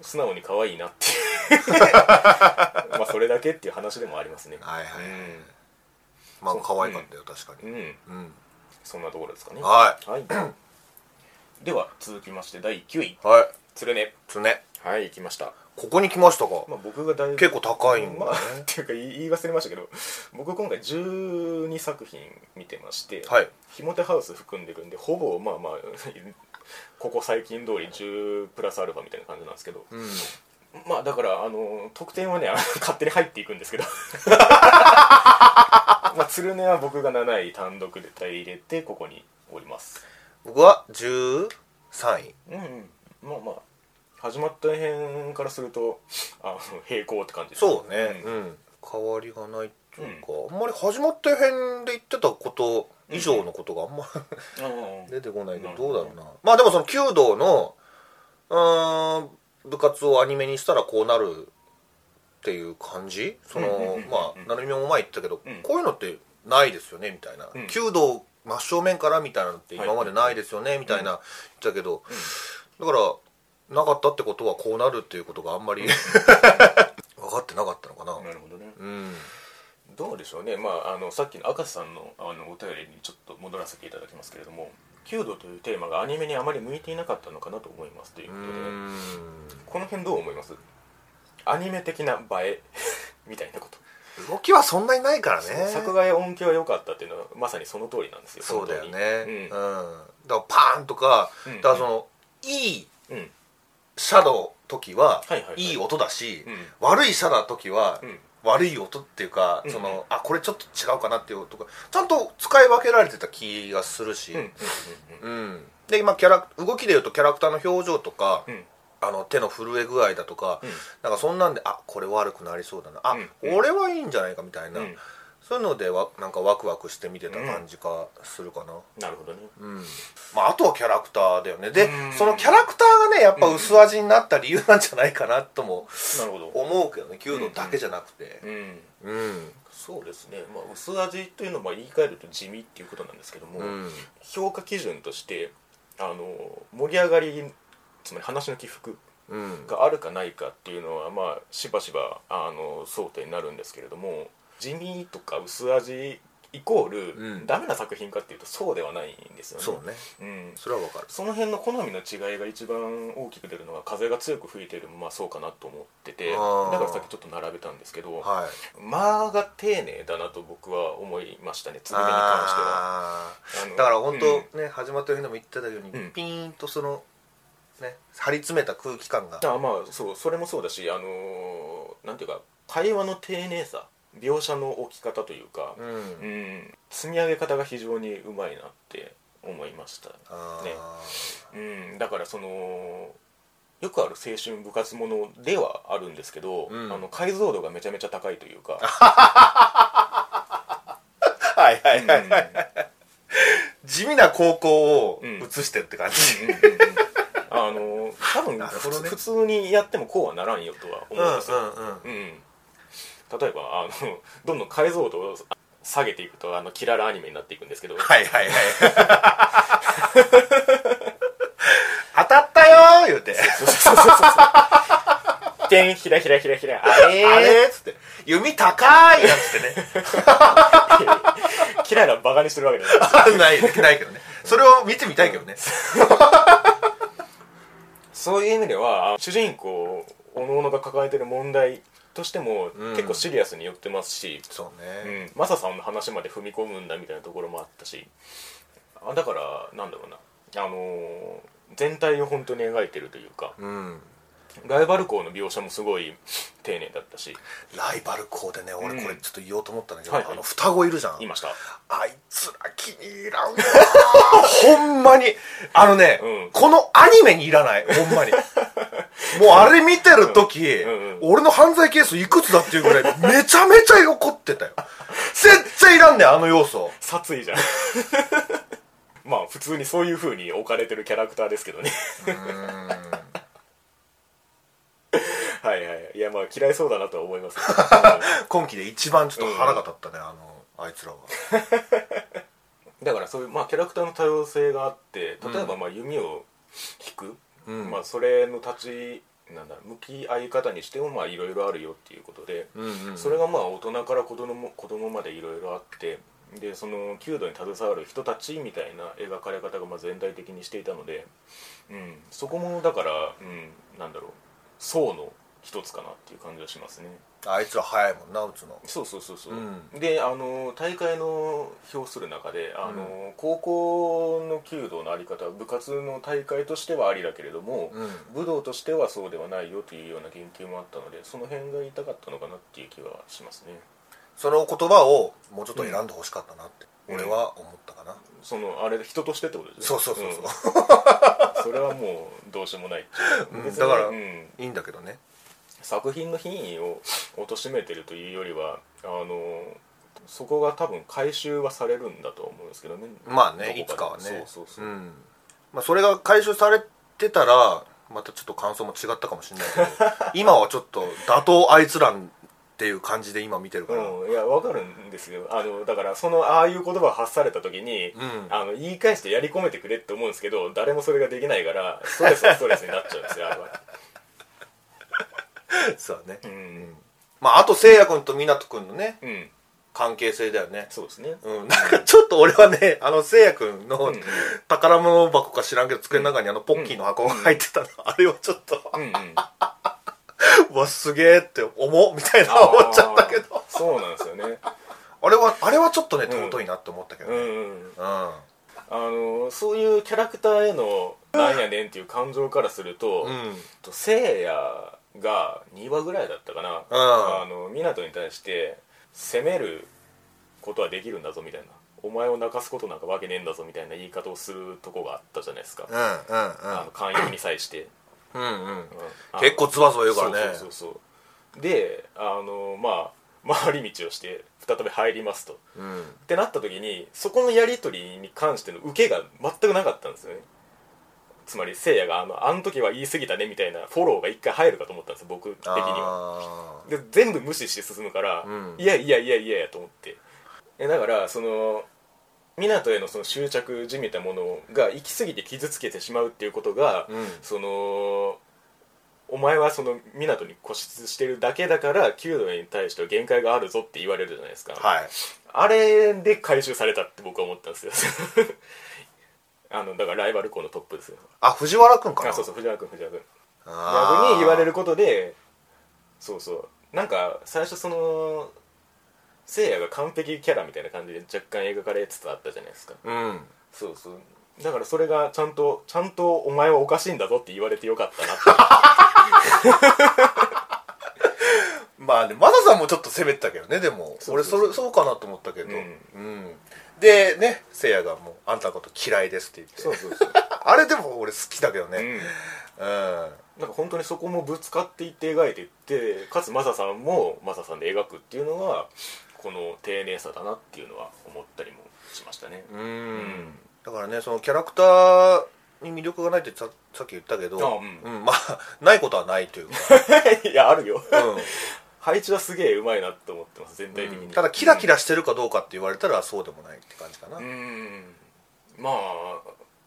Speaker 1: 素直に可愛いなって いうまあそれだけっていう話でもありますね
Speaker 2: はいはいまあ可愛かったよ確か
Speaker 1: うん、
Speaker 2: に
Speaker 1: うん
Speaker 2: うん
Speaker 1: そんなところですかね
Speaker 2: はい
Speaker 1: はいでは続きまして第9位
Speaker 2: はい
Speaker 1: 鶴ね
Speaker 2: つね
Speaker 1: はい行きました
Speaker 2: ここに来ましたか
Speaker 1: まあ、僕がだいぶ
Speaker 2: 結構高いんだね
Speaker 1: まあ、っていうか言い言い忘れましたけど僕今回12作品見てまして、
Speaker 2: はい
Speaker 1: ひもてハウス含んでるんでほぼまあまあここ最近通り10プラスアルファみたいな感じなんですけど、
Speaker 2: うん
Speaker 1: まあだからあの得点はねあの勝手に入っていくんですけど まあ鶴音は僕が7位単独で入れてここにおります
Speaker 2: 僕は13位
Speaker 1: うん、うん、まあまあ始まった辺からするとあの平行って感じです
Speaker 2: そうね
Speaker 1: う
Speaker 2: うんん、変わりがないっていうか、あんまり始まった辺で言ってたこと以上のことがあんま
Speaker 1: うん
Speaker 2: り出てこないけ
Speaker 1: うん
Speaker 2: どどうだろうな、まあでもその弓道のうーん部活をアニメにしたらこうなるっていう感じその、
Speaker 1: うんうんうんうん
Speaker 2: まあ成美も前言ってたけど、
Speaker 1: うん
Speaker 2: こういうのってないですよねみたいな、
Speaker 1: うん
Speaker 2: 弓道真正面からみたいなのって今までないですよねみたいな言ってたけど、だからなかったってことはこうなるっていうことがあんまり 分かってなかったのかな
Speaker 1: なるほどね
Speaker 2: うん
Speaker 1: どうでしょうね、まあ、あのさっきの赤瀬さんのあのお便りにちょっと戻らせていただきますけれども弓道というテーマがアニメにあまり向いていなかったのかなと思いますという
Speaker 2: う
Speaker 1: ことで、
Speaker 2: ん
Speaker 1: この辺どう思いますアニメ的な映え みたいなこと、
Speaker 2: 動きはそんなにないからね
Speaker 1: 作画や音響が良かったっていうのはまさにその通りなんですよ
Speaker 2: そうだよね、
Speaker 1: 本当
Speaker 2: うんだからパーンとか、
Speaker 1: うん
Speaker 2: だからそのいい
Speaker 1: にうん、うん
Speaker 2: シャドウ時
Speaker 1: は
Speaker 2: は、
Speaker 1: い
Speaker 2: い
Speaker 1: はいはい
Speaker 2: い、音だし、
Speaker 1: うん
Speaker 2: 悪いシャドウ時は、
Speaker 1: うん
Speaker 2: 悪い音っていうか、
Speaker 1: うん
Speaker 2: そのあこれちょっと違うかなっていう音がちゃんと使い分けられてた気がするし、
Speaker 1: うんうん
Speaker 2: うんで今キャラ動きでいうとキャラクターの表情とか、
Speaker 1: うんうん
Speaker 2: あの手の震え具合だとか、
Speaker 1: うん
Speaker 2: なんかそんなんであこれ悪くなりそうだなあ、
Speaker 1: うん
Speaker 2: これはいいんじゃないかみたいな、
Speaker 1: うん
Speaker 2: そういうのでわなんかワクワクして見てた感じがするかな、
Speaker 1: なるほどね
Speaker 2: うんまあ、あとはキャラクターだよねで、
Speaker 1: うん
Speaker 2: そのキャラクターがねやっぱ薄味になった理由なんじゃないかなとも
Speaker 1: なるほど
Speaker 2: 思うけどね弓道だけじゃなくて
Speaker 1: うん
Speaker 2: うん、
Speaker 1: そうですね、まあ、薄味というのは言い換えると地味っていうことなんですけども、
Speaker 2: うん
Speaker 1: 評価基準としてあの盛り上がりつまり話の起伏
Speaker 2: うん
Speaker 1: があるかないかっていうのはまあしばしばあの争点になるんですけれども地味とか薄味イコール、
Speaker 2: うん
Speaker 1: ダメな作品かっていうとそうではないんですよね。
Speaker 2: そうね
Speaker 1: うん、
Speaker 2: それはわかる
Speaker 1: その辺の好みの違いが一番大きく出るのが風が強く吹いてるのもまあそうかなと思っててだ
Speaker 2: あー
Speaker 1: からさっきちょっと並べたんですけど
Speaker 2: はい
Speaker 1: 間が丁寧だなと僕は思いましたね紬に関しては
Speaker 2: あ
Speaker 1: あの
Speaker 2: ーだから本
Speaker 1: うん
Speaker 2: 当ね、始まった日でも言ってたように、
Speaker 1: うん
Speaker 2: ピーンとそのね張り詰めた空気感が
Speaker 1: あまあそうそれもそうだしあのーなんていうか会話の丁寧さ描写の置き方というか
Speaker 2: う、ん、
Speaker 1: うん積み上げ方が非常にうまいなって思いました、
Speaker 2: あー
Speaker 1: ねうん、だからそのよくある青春部活ものではあるんですけど、
Speaker 2: うん
Speaker 1: あの解像度がめちゃめちゃ高いというか、
Speaker 2: はいは
Speaker 1: う
Speaker 2: い
Speaker 1: んうん
Speaker 2: は
Speaker 1: うん
Speaker 2: い、地味な高校を
Speaker 1: うん
Speaker 2: 映してるって感じ、
Speaker 1: あのー多分
Speaker 2: なるほどね
Speaker 1: 普通にやってもこうはならんよとは思うんですよ、
Speaker 2: うんうん
Speaker 1: うん、例えばあの どんどん解像度を下げていくとあのキララアニメになっていくんですけど、
Speaker 2: はいはいはい当たったよー言うて
Speaker 1: そうそうそうそう点ひらひらひらひらあれー
Speaker 2: あれっつって弓高いやつってね
Speaker 1: キララバカにしてるわけじゃないです
Speaker 2: ないないけどねそれを見てみたいけどね
Speaker 1: そういう意味では主人公おののが抱えてる問題としても、
Speaker 2: うん
Speaker 1: 結構シリアスに寄ってますし、
Speaker 2: そう
Speaker 1: う
Speaker 2: ね
Speaker 1: ん、マサさんの話まで踏み込むんだみたいなところもあったしあだからなんだろうな、あのー全体を本当に描いてるというか
Speaker 2: うん、
Speaker 1: ライバル校の描写もすごい丁寧だったし
Speaker 2: ライバル校でね俺これちょっと言おうと思ったんだけど、
Speaker 1: はいはい
Speaker 2: あの双子いるじゃん
Speaker 1: いました
Speaker 2: あいつら気に入らんわほんまにあのね、
Speaker 1: うん
Speaker 2: このアニメにいらないほんまにもうあれ見てる時、
Speaker 1: んうん
Speaker 2: 俺の犯罪係数いくつだっていうぐらいめちゃめちゃ怒ってたよ全然いらんねんあの要素
Speaker 1: 殺意じゃん まあ普通にそういう風に置かれてるキャラクターですけどね はいはいいやまあ嫌いそうだなとは思います けど
Speaker 2: 今期で一番ちょっと腹が立ったね、あのあいつらは
Speaker 1: うんだからそういうまあキャラクターの多様性があって例えばまあ弓を引く、
Speaker 2: うん
Speaker 1: まあそれの立ちなんだろう向き合い方にしてもまあいろいろあるよっていうことで、
Speaker 2: うん
Speaker 1: それがまあ大人から子供子供までいろいろあってでその弓道に携わる人たちみたいな描かれ方がまあ全体的にしていたので、うん、そこもだから、うん、なんだろう層の一つかなっていう感じはしますね
Speaker 2: あいつら早いもんな打つの
Speaker 1: そうそうそうそう、
Speaker 2: う
Speaker 1: であの大会の表する中であの、高校の弓道のあり方は部活の大会としてはありだけれども、
Speaker 2: うん
Speaker 1: 武道としてはそうではないよというような言及もあったのでその辺が言いたかったのかなっていう気はしますね。
Speaker 2: その言葉をもうちょっと選んでほしかったなって、
Speaker 1: うん
Speaker 2: 俺は思ったかな、
Speaker 1: そのあれ人としてってことですね
Speaker 2: そうそうそうそう、
Speaker 1: うんそれはもうどうしようもないっていううん別に
Speaker 2: だから
Speaker 1: うん
Speaker 2: いいんだけどね
Speaker 1: 作品の品位を貶としめてるというよりはあのそこが多分回収はされるんだと思うんですけどね
Speaker 2: まあねい
Speaker 1: ど
Speaker 2: つ
Speaker 1: こ
Speaker 2: かはね
Speaker 1: でそうそうそう、
Speaker 2: んまあ、それが回収されて たらまたちょっと感想も違ったかもしれないけど今はちょっと打倒あいつらっていう感じで今見てるから、
Speaker 1: うん、いやわかるんですよあのだからそのああいう言葉を発された時に、
Speaker 2: ん
Speaker 1: あの言い返してやり込めてくれって思うんですけど誰もそれができないからストレスはストレスになっちゃうんですよあれは、
Speaker 2: そうだね、
Speaker 1: うん
Speaker 2: まああとせいや君と湊君のね
Speaker 1: うん、
Speaker 2: 関係性だよね
Speaker 1: そうですね
Speaker 2: うん、なんかちょっと俺はねあのせいや君の
Speaker 1: ん
Speaker 2: 宝物箱か知らんけど机の中にあのポッキーの箱が入ってたの、あれをちょっと
Speaker 1: うんうん
Speaker 2: うわすげえって思うみたいな思っちゃったけど
Speaker 1: あーそうなんですよね
Speaker 2: あれはあれはちょっとね
Speaker 1: うん
Speaker 2: 尊いなって思ったけど
Speaker 1: う
Speaker 2: ねうん、
Speaker 1: ん、うん、あのそういうキャラクターへのなんやねんっていう感情からすると、
Speaker 2: うん
Speaker 1: とせいやが2話ぐらいだったかな、あの湊に対して責めることはできるんだぞみたいなお前を泣かすことなんかわけねえんだぞみたいな言い方をするとこがあったじゃないですか、
Speaker 2: うん
Speaker 1: あの寛容に際して、
Speaker 2: うんうんうんうん
Speaker 1: うんあの
Speaker 2: 結構つばそう言うからね
Speaker 1: そうそうそうそうであのまあ回り道をして再び入りますと
Speaker 2: うん
Speaker 1: ってなった時にそこのやり取りに関しての受けが全くなかったんですよねつまりせいやがあの「あの時は言い過ぎたね」みたいなフォローが一回入るかと思ったんです僕的には
Speaker 2: あ
Speaker 1: で全部無視して進むから、
Speaker 2: うん
Speaker 1: いやいやいやいやいやと思ってえだからその湊へのその執着じみたものが行き過ぎて傷つけてしまうっていうことが、
Speaker 2: うん
Speaker 1: そのお前はその湊に固執してるだけだから弓道に対しては限界があるぞって言われるじゃないですか、
Speaker 2: ーはい
Speaker 1: あれで回収されたって僕は思ったんですよ あのだからライバル校のトップですよ
Speaker 2: あ藤原君かな
Speaker 1: あそうそう藤原君藤原君
Speaker 2: あー
Speaker 1: 逆に言われることでそうそうなんか最初そのせいやが完璧キャラみたいな感じで若干描かれつつあったじゃないですか
Speaker 2: うん
Speaker 1: そうそうだからそれがちゃんとちゃんとお前はおかしいんだぞって言われてよかったなって
Speaker 2: まあね、マサさんもちょっと攻めてたけどね、でも。
Speaker 1: そうそうそう
Speaker 2: 俺、それ、そうかなと思ったけど。う
Speaker 1: うんん。
Speaker 2: で、ね、せいやがもう、あんたのこと嫌いですって言
Speaker 1: そ
Speaker 2: っ
Speaker 1: う
Speaker 2: て。
Speaker 1: そうそう、
Speaker 2: あれでも俺好きだけど
Speaker 1: う
Speaker 2: ね。
Speaker 1: ん、
Speaker 2: うん。
Speaker 1: なんか本当にそこもぶつかっていって描いていってかつマサさんもマサさんで描くっていうのはこの丁寧さだなっていうのは思ったりもしましたね
Speaker 2: うん。だからね、そのキャラクターに魅力がないってささっき言ったけど、
Speaker 1: あうん
Speaker 2: うん、まあ、ないことはないというか。
Speaker 1: いやあるよ
Speaker 2: う
Speaker 1: 配置はすげえうまいなと思ってます全体的
Speaker 2: ん
Speaker 1: に、
Speaker 2: ただ、キラキラしてるかどうかって言われたら、そうでもないって感じかな。
Speaker 1: う
Speaker 2: うわ、
Speaker 1: んまあ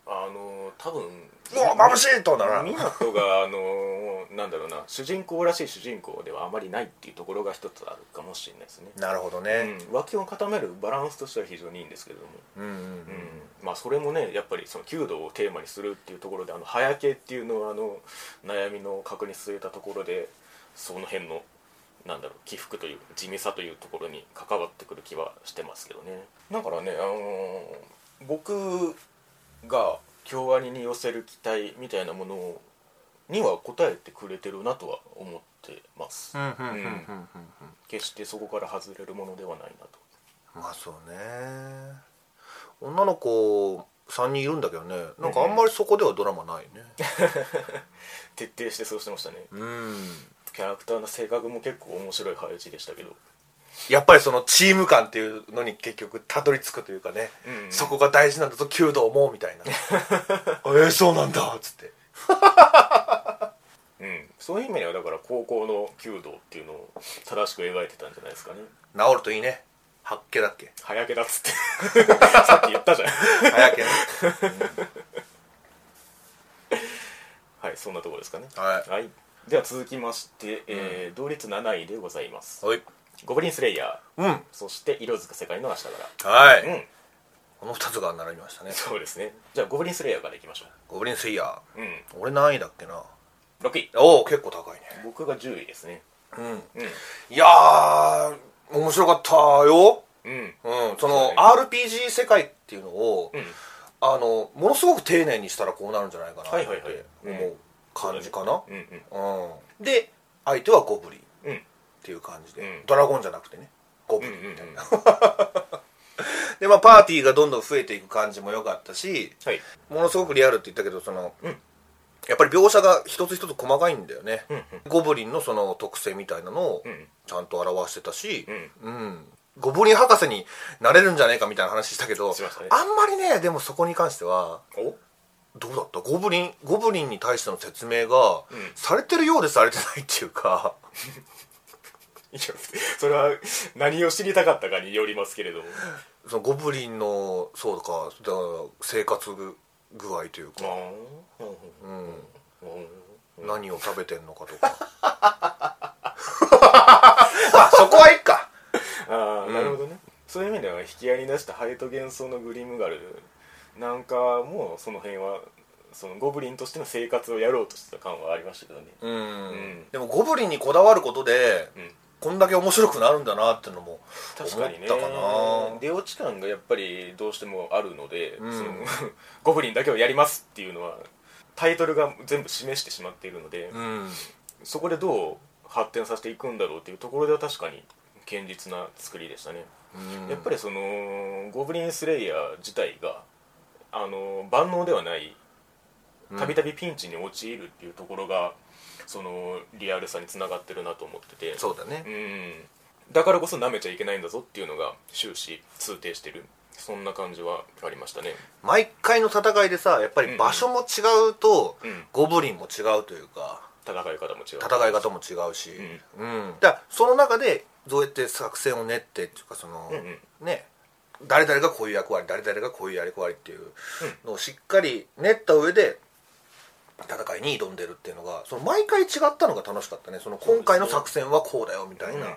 Speaker 1: あの多分
Speaker 2: 眩しいとはならん。
Speaker 1: 湊があのなんだろうな主人公らしい主人公ではあまりないっていうところが一つあるかもしれないですね、
Speaker 2: なるほどね。
Speaker 1: うん、脇を固めるバランスとしては非常にいいんですけれども、
Speaker 2: うん。うんうん
Speaker 1: うんまあ、それもねやっぱりその弓道をテーマにするっていうところであの早けっていうのはあの悩みの核に据えたところでその辺のなんだろう起伏という地味さというところに関わってくる気はしてますけどねだからね、あのー僕が京アニに寄せる期待みたいなものには応えてくれてるなとは思ってます、
Speaker 2: うんうんうんう
Speaker 1: う
Speaker 2: んうんんうん。
Speaker 1: 決してそこから外れるものではないなと
Speaker 2: まあそうね女の子3人いるんだけどねなんかあんまりそこではドラマないね
Speaker 1: 徹底してそうしてましたね
Speaker 2: うん
Speaker 1: キャラクターの性格も結構面白い配置でしたけど
Speaker 2: やっぱりそのチーム感っていうのに結局たどり着くというかね、
Speaker 1: うんうん
Speaker 2: そこが大事なんだと弓道もみたい なえー、そうなんだっつって
Speaker 1: うん、そういう意味ではだから高校の弓道っていうのを正しく描いてたんじゃないですかね
Speaker 2: 治るといいねはっけだっけ
Speaker 1: 早けだっつって さっき言ったじゃん
Speaker 2: は やけね
Speaker 1: はいそんなところですかね
Speaker 2: はい
Speaker 1: はい、では続きまして、えー同率7位でございます
Speaker 2: はい
Speaker 1: ゴブリンスレイヤー
Speaker 2: うん
Speaker 1: そして色づく世界の明日から
Speaker 2: はい、
Speaker 1: うん
Speaker 2: この2つが並びましたね
Speaker 1: そうですねじゃあゴブリンスレイヤーからいきましょ
Speaker 2: ゴブリンスイヤー
Speaker 1: ううん
Speaker 2: 俺何位だっけな
Speaker 1: 6位
Speaker 2: おお結構高いね
Speaker 1: 僕が10位ですね
Speaker 2: いやー面白かったよ
Speaker 1: うんうん
Speaker 2: うん、その
Speaker 1: そうだ
Speaker 2: RPG 世界っていうのを、
Speaker 1: うん
Speaker 2: あのものすごく丁寧にしたらこうなるんじゃないかなっ
Speaker 1: は
Speaker 2: て
Speaker 1: いはいはい
Speaker 2: 思う感じかな、
Speaker 1: うんうん
Speaker 2: うんで相手はゴブリンっ
Speaker 1: うん
Speaker 2: ていう感じで、
Speaker 1: うん
Speaker 2: ドラゴンじゃなくてねゴブ
Speaker 1: う
Speaker 2: リ
Speaker 1: ん
Speaker 2: ン、
Speaker 1: うんうん
Speaker 2: でまあパーティーがどんどん増えていく感じも良かったし
Speaker 1: はい
Speaker 2: ものすごくリアルって言ったけどその、
Speaker 1: うん
Speaker 2: やっぱり描写が一つ一つ細かいんだよね、
Speaker 1: うんうん
Speaker 2: ゴブリンのその特性みたいなのを
Speaker 1: うん
Speaker 2: ちゃんと表してたし、
Speaker 1: うん
Speaker 2: うん、ゴブリン博士になれるんじゃないかみたいな話したけど
Speaker 1: しましたね
Speaker 2: あんまりねでもそこに関しては
Speaker 1: お
Speaker 2: どうだったゴブリンゴブリンに対しての説明が、
Speaker 1: ん
Speaker 2: されてるようでされてないっていうか
Speaker 1: いや それは何を知りたかったかによりますけれども
Speaker 2: そのゴブリンのそうかだから生活具合というか、
Speaker 1: あ
Speaker 2: うん
Speaker 1: ーうん
Speaker 2: 何を食べてんのかと かあそこはいっか
Speaker 1: ああなるほどね、そういう意味では引き合いに出したハエと幻想のグリムガルなんかもその辺はそのゴブリンとしての生活をやろうとしてた感はありましたけどね
Speaker 2: うん、
Speaker 1: ん
Speaker 2: でもゴブリンにこだわることで、
Speaker 1: うん
Speaker 2: こんだけ面白くなるんだなってのも
Speaker 1: 確かにね
Speaker 2: 思ったかな
Speaker 1: 出落ち感がやっぱりどうしてもあるので、
Speaker 2: うん
Speaker 1: その ゴブリンだけをやりますっていうのはタイトルが全部示してしまっているので、
Speaker 2: うん
Speaker 1: そこでどう発展させていくんだろうっていうところでは確かに堅実な作りでしたね、やっぱりそのゴブリンスレイヤー自体があの万能ではない
Speaker 2: うん
Speaker 1: たびたびピンチに陥るっていうところが、そのリアルさにつながってるなと思ってて
Speaker 2: そうだね
Speaker 1: うんだからこそ舐めちゃいけないんだぞっていうのが終始通底してるそんな感じはありましたね
Speaker 2: 毎回の戦いでさやっぱり場所も違うと、
Speaker 1: うん
Speaker 2: ゴブリンも違うというか
Speaker 1: 戦い方も違う
Speaker 2: 戦い方も違うし、うんだからその中でどうやって作戦を練ってっていうかその、
Speaker 1: うんうん
Speaker 2: ね誰々がこういう役割誰々がこういう役割っていうのをしっかり練った上で戦いに挑んでるっていうのがその毎回違ったのが楽しかったねその今回の作戦はこうだよみたいな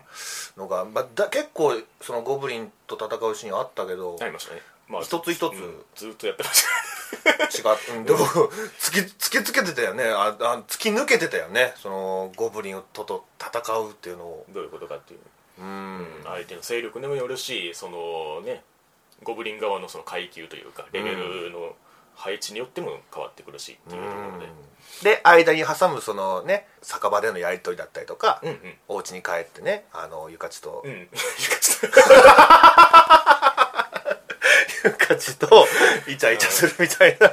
Speaker 2: のが、まあ、だ結構そのゴブリンと戦うシーンあったけど、
Speaker 1: ありましたねまあ
Speaker 2: 一つ一つ
Speaker 1: うんずっとやってました
Speaker 2: 違う、うんでも突き突きつけてたよねああ突き抜けてたよねそのゴブリンとと戦うっていうのを
Speaker 1: どういうことかっていう、
Speaker 2: うん
Speaker 1: 相手の勢力にもよるしそのねゴブリン側のその階級というかレベルの配置によっても変わってくるしっていうところで
Speaker 2: で間に挟むそのね酒場でのやり取りだったりとか、
Speaker 1: うんうん
Speaker 2: お家に帰ってねあのゆかちと、
Speaker 1: うん いや
Speaker 2: ゆかちと イチャイチャするみたいな、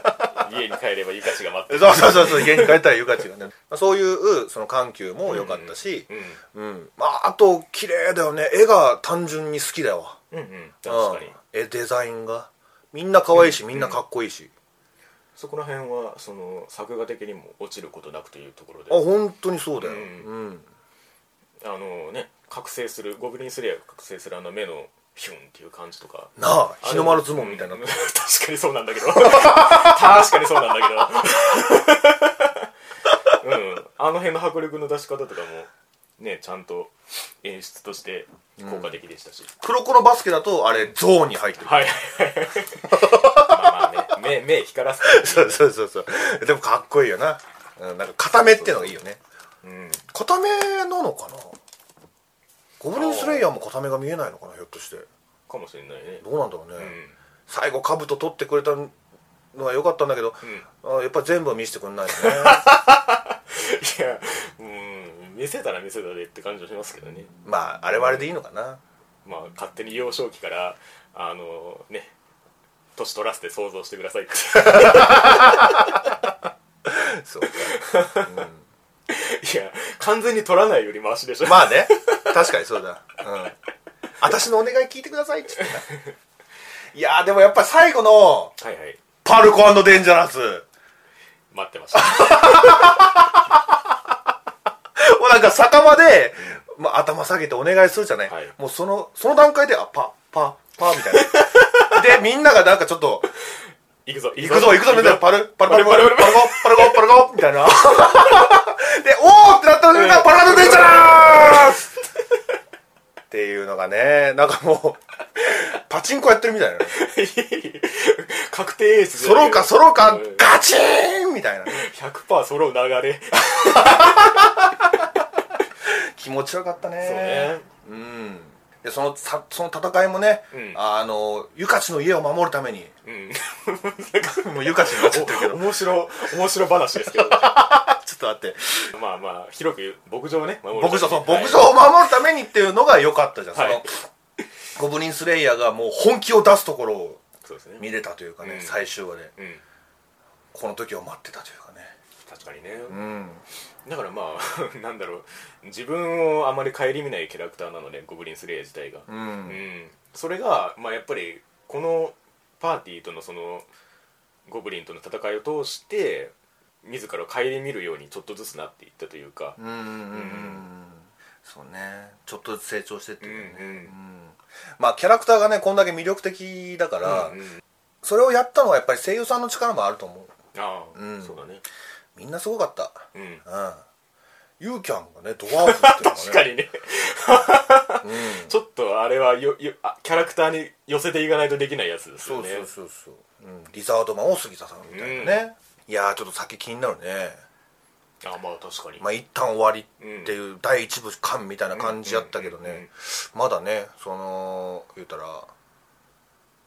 Speaker 1: 家に帰ればゆかしが待ってる
Speaker 2: そうそうそう そう家に帰ったらゆかちがねまあそういうその緩急も良かったし、
Speaker 1: うん
Speaker 2: うんまあ、あと綺麗だよね絵が単純に好きだわ
Speaker 1: うんうん確かに
Speaker 2: うん絵デザインがみんな可愛いし、みんなかっこいいし、
Speaker 1: そこら辺はその作画的にも落ちることなくというところで
Speaker 2: あ本当にそうだよ、
Speaker 1: う
Speaker 2: うん
Speaker 1: あのね覚醒するゴブリンスレイヤーが覚醒するあの目のヒュンっていう感じとか
Speaker 2: なあ日の丸相撲みたいになっ
Speaker 1: うん
Speaker 2: てる
Speaker 1: 確かにそうなんだけど 確かにそうなんだけどうんあの辺の迫力の出し方とかもねちゃんと演出として効果的でしたし、
Speaker 2: 黒子のバスケだとあれゾーンに入ってる
Speaker 1: はいまあまあね目目光らせて
Speaker 2: そうそうそうそうでもかっこいいよな、うん、なんか固めってのがいいよね
Speaker 1: うん
Speaker 2: 固めなのかなゴブリンスレイヤーも固めが見えないのかなひょっとして
Speaker 1: かもしれないね
Speaker 2: どうなんだろうね、
Speaker 1: うん
Speaker 2: 最後兜取ってくれたのは良かったんだけど、あやっぱ全部は見せてくれないよね
Speaker 1: いやうん見せたら見せたでって感じはしますけどね
Speaker 2: まああれはあれでいいのかな
Speaker 1: まあ勝手に幼少期からあのね年取らせて想像してくださいって
Speaker 2: そうか
Speaker 1: いや完全に取らないよりマシでしょ、
Speaker 2: まあね確かにそうだうん私のお願い聞いてくださいっつって ないやーでもやっぱ最後の
Speaker 1: はいはい
Speaker 2: パルコデンジャラスも
Speaker 1: 待ってま した
Speaker 2: うなんか酒場で、まあ、頭下げてお願いするじゃない、
Speaker 1: はい
Speaker 2: もうそのその段階であパパパみたいなでみんながなんかちょっと
Speaker 1: 行くぞ
Speaker 2: 行くぞ行くぞみたいなパルパルパルパ
Speaker 1: パ
Speaker 2: ル
Speaker 1: ルパ
Speaker 2: パル
Speaker 1: ル
Speaker 2: パルコパルコパルコみたいなでおーってなった瞬間パルコデンジャラスっていうのがねなんかもうパチンコやってるみたいな
Speaker 1: 確定エースじゃな
Speaker 2: 揃
Speaker 1: いうけど
Speaker 2: か揃うか
Speaker 1: ん
Speaker 2: ガチーンみたいな
Speaker 1: 100%揃う流れ
Speaker 2: 気持ちよかったね
Speaker 1: そうね
Speaker 2: うんでそのさその戦いもね、
Speaker 1: うん
Speaker 2: あのゆかちの家を守るために
Speaker 1: うん
Speaker 2: もうゆかちになっちゃってるけど ちょ
Speaker 1: 面白面白話ですけど
Speaker 2: っと待って
Speaker 1: まあまあ広く牧場をね守る
Speaker 2: 牧場そう
Speaker 1: はい
Speaker 2: 牧場を守るためにっていうのが良かったじゃん、
Speaker 1: はい
Speaker 2: そのゴブリンスレイヤーがもう本気を出すところを
Speaker 1: そうですね
Speaker 2: 見れたというかね、
Speaker 1: うん
Speaker 2: 最終話で
Speaker 1: うん
Speaker 2: この時を待ってたというかね
Speaker 1: 確かにね、
Speaker 2: うん
Speaker 1: だからまあ なんだろう自分をあまり顧みないキャラクターなのでゴブリンスレイヤー自体が、
Speaker 2: う
Speaker 1: うんんそれが、まあ、やっぱりこのパーティーとのそのゴブリンとの戦いを通して自らを顧みるようにちょっとずつなっていったというか
Speaker 2: うんうんうんうんそうねちょっとずつ成長してっていうね、
Speaker 1: うんうん
Speaker 2: まあキャラクターがねこんだけ魅力的だから、
Speaker 1: うんうん
Speaker 2: それをやったのはやっぱり声優さんの力もあると思う
Speaker 1: ああ、
Speaker 2: うん
Speaker 1: そうだね
Speaker 2: みんなすごかった
Speaker 1: うん
Speaker 2: うんユーキャンがねドワ ーフっていうのがね
Speaker 1: 確かにね
Speaker 2: うん、
Speaker 1: ちょっとあれはよよあキャラクターに寄せていかないとできないやつです
Speaker 2: そ
Speaker 1: よ
Speaker 2: う
Speaker 1: ね
Speaker 2: そうそうそう、うん、リザードマンを杉田さんみたいなね、いやーちょっと先気になるね
Speaker 1: あまあ確かに、
Speaker 2: まあ一旦終わりっていう第一部感みたいな感じやったけどね、
Speaker 1: うんうんうんうん
Speaker 2: まだねその言うたら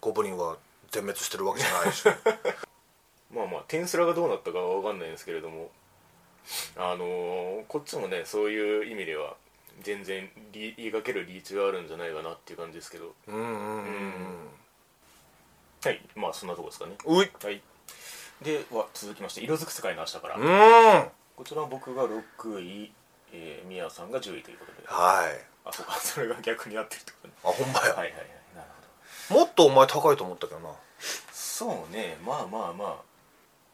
Speaker 2: ゴブリンは全滅してるわけじゃない し
Speaker 1: まあまあテンスラがどうなったかは分かんないんですけれどもあのーこっちもねそういう意味では全然リ言いかけるリーチがあるんじゃないかなっていう感じですけど
Speaker 2: うんうんうん
Speaker 1: はいまあそんなとこですかね
Speaker 2: うんうい
Speaker 1: はいでは続きまして色づく世界の明日から、
Speaker 2: うんは
Speaker 1: こちらは僕が6位えー、宮さんが10位ということで
Speaker 2: い
Speaker 1: あ
Speaker 2: あ
Speaker 1: そうか それが逆になってるってことね
Speaker 2: ほんまや、
Speaker 1: はいはいはいなるほど
Speaker 2: もっとお前高いと思ったけどな
Speaker 1: そうねまあまあまあ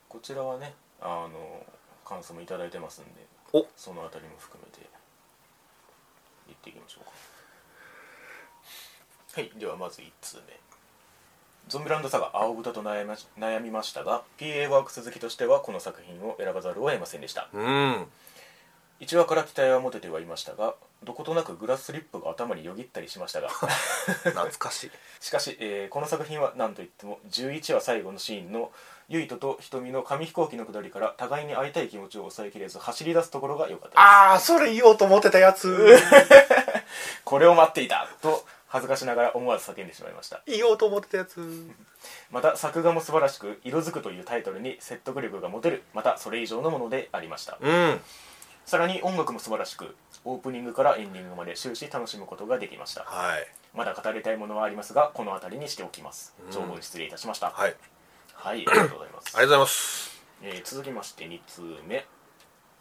Speaker 1: こちらはねあの感想もいただいてますんで
Speaker 2: お
Speaker 1: そのあたりも含めて言っていきましょうかはいではまず1通目ゾンビランドサガ青豚と悩みまし悩みましたが PA ワークス好きとしてはこの作品を選ばざるを得ませんでした
Speaker 2: うん
Speaker 1: 1話から期待は持ててはいましたがどことなくグラススリップが頭によぎったりしましたが
Speaker 2: 懐かしい
Speaker 1: しかし、えーこの作品は何といっても11話最後のシーンのユイトと瞳の紙飛行機の下りから互いに会いたい気持ちを抑えきれず走り出すところが良かったです
Speaker 2: ああそれ言おうと思ってたや つ
Speaker 1: これを待っていたと恥ずかしながら思わず叫んでしまいました
Speaker 2: 言おうと思ってたやつ
Speaker 1: また作画も素晴らしく「色づく」というタイトルに説得力が持てるまたそれ以上のものでありました
Speaker 2: うん
Speaker 1: さらに音楽も素晴らしくオープニングからエンディングまで終始楽しむことができました
Speaker 2: はい
Speaker 1: まだ語りたいものはありますがこの辺りにしておきます長文失礼いたしました、
Speaker 2: はいあり
Speaker 1: はい、ありがとうございます
Speaker 2: がとうございます
Speaker 1: えー続きまして2通目、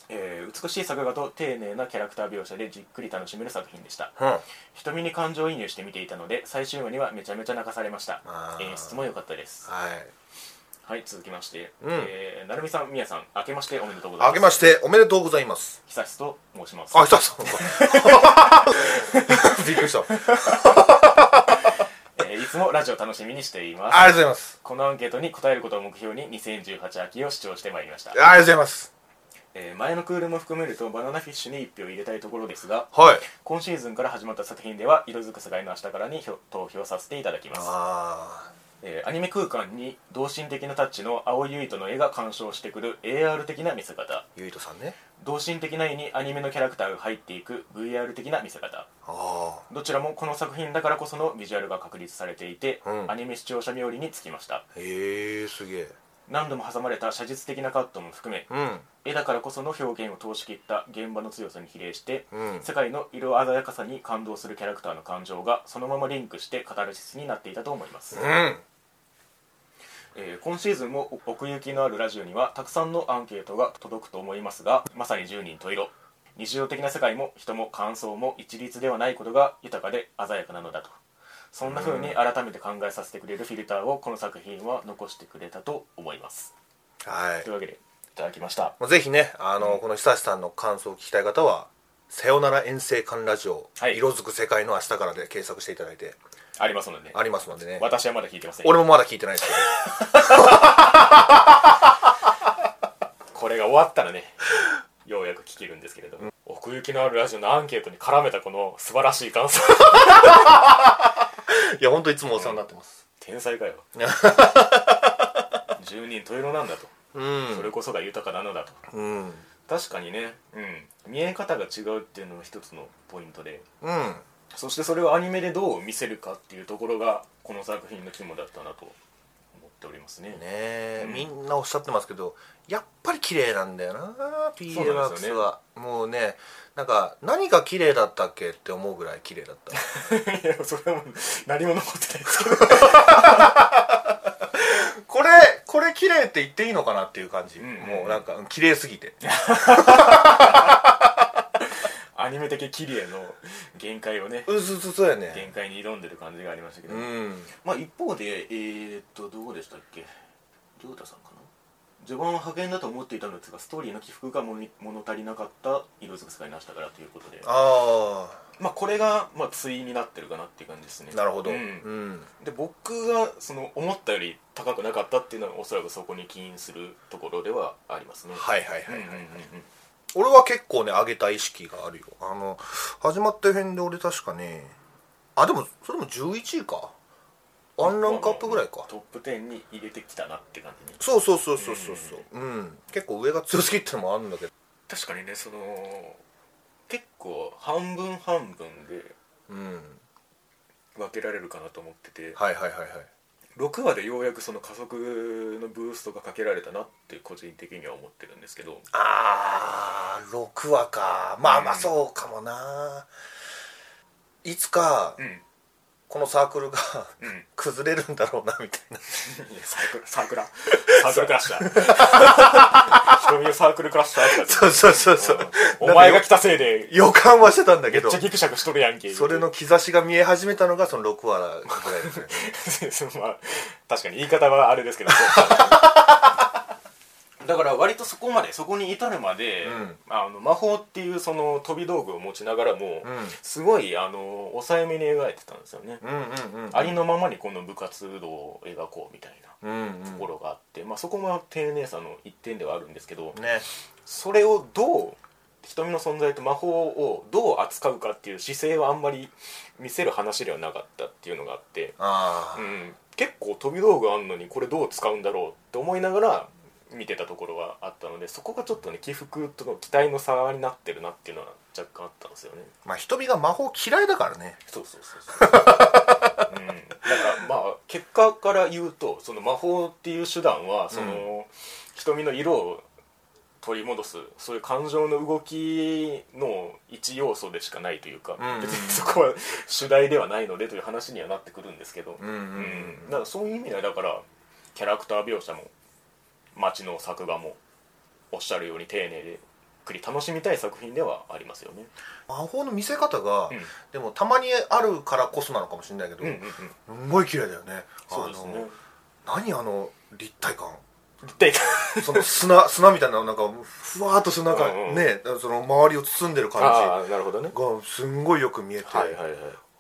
Speaker 1: えー美しい作画と丁寧なキャラクター描写でじっくり楽しめる作品でした
Speaker 2: うん
Speaker 1: 瞳に感情移入して見ていたので最終話にはめちゃめちゃ泣かされました
Speaker 2: あー
Speaker 1: 演出も良かったです
Speaker 2: はい
Speaker 1: はい続きまして、
Speaker 2: うん
Speaker 1: えーなるみさんみやさん明けましておめでとうございます
Speaker 2: あけましておめでとうございます
Speaker 1: 久しと申します
Speaker 2: あ久さん びっくりした
Speaker 1: えーいつもラジオ楽しみにしています
Speaker 2: ありがとうございます
Speaker 1: このアンケートに答えることを目標に2018秋を視聴してまいりました
Speaker 2: あり、がとうございます
Speaker 1: えー前のクールも含めるとバナナフィッシュに1票入れたいところですが
Speaker 2: はい
Speaker 1: 今シーズンから始まった作品では「色づく世界の明日から」にひょ投票させていただきます、
Speaker 2: あ
Speaker 1: えーアニメ空間に同心的なタッチの青いユイトの絵が鑑賞してくる AR 的な見せ方
Speaker 2: ーゆいとさんね
Speaker 1: 同心的な絵にアニメのキャラクターが入っていく VR 的な見せ方
Speaker 2: あ
Speaker 1: どちらもこの作品だからこそのビジュアルが確立されていて、
Speaker 2: うん
Speaker 1: アニメ視聴者冥利につきました
Speaker 2: あへえすげえ
Speaker 1: 何度も挟まれた写実的なカットも含め
Speaker 2: うん
Speaker 1: 絵だからこその表現を通し切った現場の強さに比例して、
Speaker 2: うん
Speaker 1: 世界の色鮮やかさに感動するキャラクターの感情がそのままリンクしてカタルシスになっていたと思います、
Speaker 2: うん
Speaker 1: えー今シーズンも奥行きのあるラジオにはたくさんのアンケートが届くと思いますがまさに10人十色日常的な世界も人も感想も一律ではないことが豊かで鮮やかなのだとそんな風に改めて考えさせてくれるフィルターをこの作品は残してくれたと思います
Speaker 2: はい
Speaker 1: というわけでいただきました
Speaker 2: まあぜひねあの、この久志さんの感想を聞きたい方は「さよなら遠征館ラジオ、
Speaker 1: はい
Speaker 2: 色づく世界の明日から」で検索していただいて
Speaker 1: ありますので
Speaker 2: ありますのでね
Speaker 1: 私はまだ聞いてません
Speaker 2: 俺もまだ聞いてないですけど
Speaker 1: これが終わったらね ようやく聞けるんですけれども、奥行きのあるラジオのアンケートに絡めたこの素晴らしい感想
Speaker 2: いや本当いつもお世話になってます
Speaker 1: 天才か よ十人十色なんだと、
Speaker 2: うん
Speaker 1: それこそが豊かなのだと
Speaker 2: うん
Speaker 1: 確かにね、うん、見え方が違うっていうのが一つのポイントで
Speaker 2: うん
Speaker 1: そしてそれをアニメでどう見せるかっていうところがこの作品の肝だったなと思っておりますね
Speaker 2: ねえ、
Speaker 1: うん
Speaker 2: みんなおっしゃってますけどやっぱり綺麗なんだよな PA
Speaker 1: よね
Speaker 2: ワークスは、もうねなんか何が綺麗だったっけって思うぐらい綺麗だった
Speaker 1: いやそれはもう何も残ってないですけど
Speaker 2: これこれ綺麗って言っていいのかなっていう感じ、
Speaker 1: んうん
Speaker 2: もうなんかうん綺麗すぎて
Speaker 1: アニメ的キリエの限界をね
Speaker 2: うずうずそうやね
Speaker 1: 限界に挑んでる感じがありましたけど、
Speaker 2: うん
Speaker 1: まあ一方でえー、っとどうでしたっけ亮太さんかな序盤は派遣だと思っていたのですがストーリーの起伏が物に物足りなかった色づく使いなしたからということで
Speaker 2: あ
Speaker 1: まあこれがまあ対になってるかなっていう感じですね
Speaker 2: あなるほど、
Speaker 1: う
Speaker 2: うんん
Speaker 1: で僕がその思ったより高くなかったっていうのはおそらくそこに起因するところではありますね
Speaker 2: はいはいはいは
Speaker 1: うんう
Speaker 2: い、
Speaker 1: んうんうん
Speaker 2: 俺は結構ね上げた意識があるよあの始まった辺で俺確かねあでもそれも11位かワンランクアップぐらいか
Speaker 1: トップ10に入れてきたなって感じに
Speaker 2: そうそうそうそうそうそううん結構上が強すぎってのもあるんだけど
Speaker 1: 確かにねその結構半分半分で
Speaker 2: うん
Speaker 1: 分けられるかなと思ってて
Speaker 2: はいはいはいはい
Speaker 1: 6話でようやくその加速のブーストがかけられたなって個人的には思ってるんですけど
Speaker 2: あー6話かまあまあ
Speaker 1: うん
Speaker 2: そうかもな、いつか
Speaker 1: うん
Speaker 2: このサークルが
Speaker 1: うん
Speaker 2: 崩れるんだろうなみたいない
Speaker 1: やサークルサークラサークルクラッシャー瞳をサークルクラッシャーって
Speaker 2: そうそうそうそう
Speaker 1: お前が来たせいで
Speaker 2: 予感はしてたんだ
Speaker 1: め
Speaker 2: け
Speaker 1: っ
Speaker 2: ど
Speaker 1: ちゃギクシャクしとるやんけ
Speaker 2: それの兆しが見え始めたのがその6話ぐらいですよね
Speaker 1: そう まあ確かに言い方はあれですけどだから割とそこまでそこに至るまで、
Speaker 2: うん
Speaker 1: あの魔法っていうその飛び道具を持ちながらも、
Speaker 2: うん
Speaker 1: すごいあの抑えめに描いてたんですよね、
Speaker 2: うんうんうん
Speaker 1: ありのままにこの部活動を描こうみたいな
Speaker 2: うん
Speaker 1: ところがあって、まあ、そこも丁寧さの一点ではあるんですけど
Speaker 2: うんね
Speaker 1: それをどう瞳の存在と魔法をどう扱うかっていう姿勢はあんまり見せる話ではなかったっていうのがあって、
Speaker 2: あ
Speaker 1: う
Speaker 2: あ、
Speaker 1: ん、結構飛び道具あんのにこれどう使うんだろうって思いながら見てたところはあったのでそこがちょっとね起伏との期待の差になってるなっていうのは若干あったんですよね
Speaker 2: まあ瞳が魔法嫌いだからね
Speaker 1: そうそうそうそううん、だからまあ結果から言うとその魔法っていう手段はその、瞳の色を取り戻すそういう感情の動きの一要素でしかないというか、
Speaker 2: うんうん
Speaker 1: 別にそこは主題ではないのでという話にはなってくるんですけど、
Speaker 2: うんうんうん
Speaker 1: だからそういう意味ではだからキャラクター描写も街の作画もおっしゃるように丁寧でゆっくり楽しみたい作品ではありますよね。
Speaker 2: 魔法の見せ方が、
Speaker 1: うん
Speaker 2: でもたまにあるからこそなのかもしれないけど、
Speaker 1: うんうんうん、
Speaker 2: すんごい嫌いだよね
Speaker 1: そうですね
Speaker 2: あの何あの立体感
Speaker 1: 立体
Speaker 2: その砂砂みたいななんかふわーっとするなんか、
Speaker 1: うんうん
Speaker 2: ねその周りを包んでる感
Speaker 1: あなるほどね
Speaker 2: じがすんごいよく見えて、
Speaker 1: いはい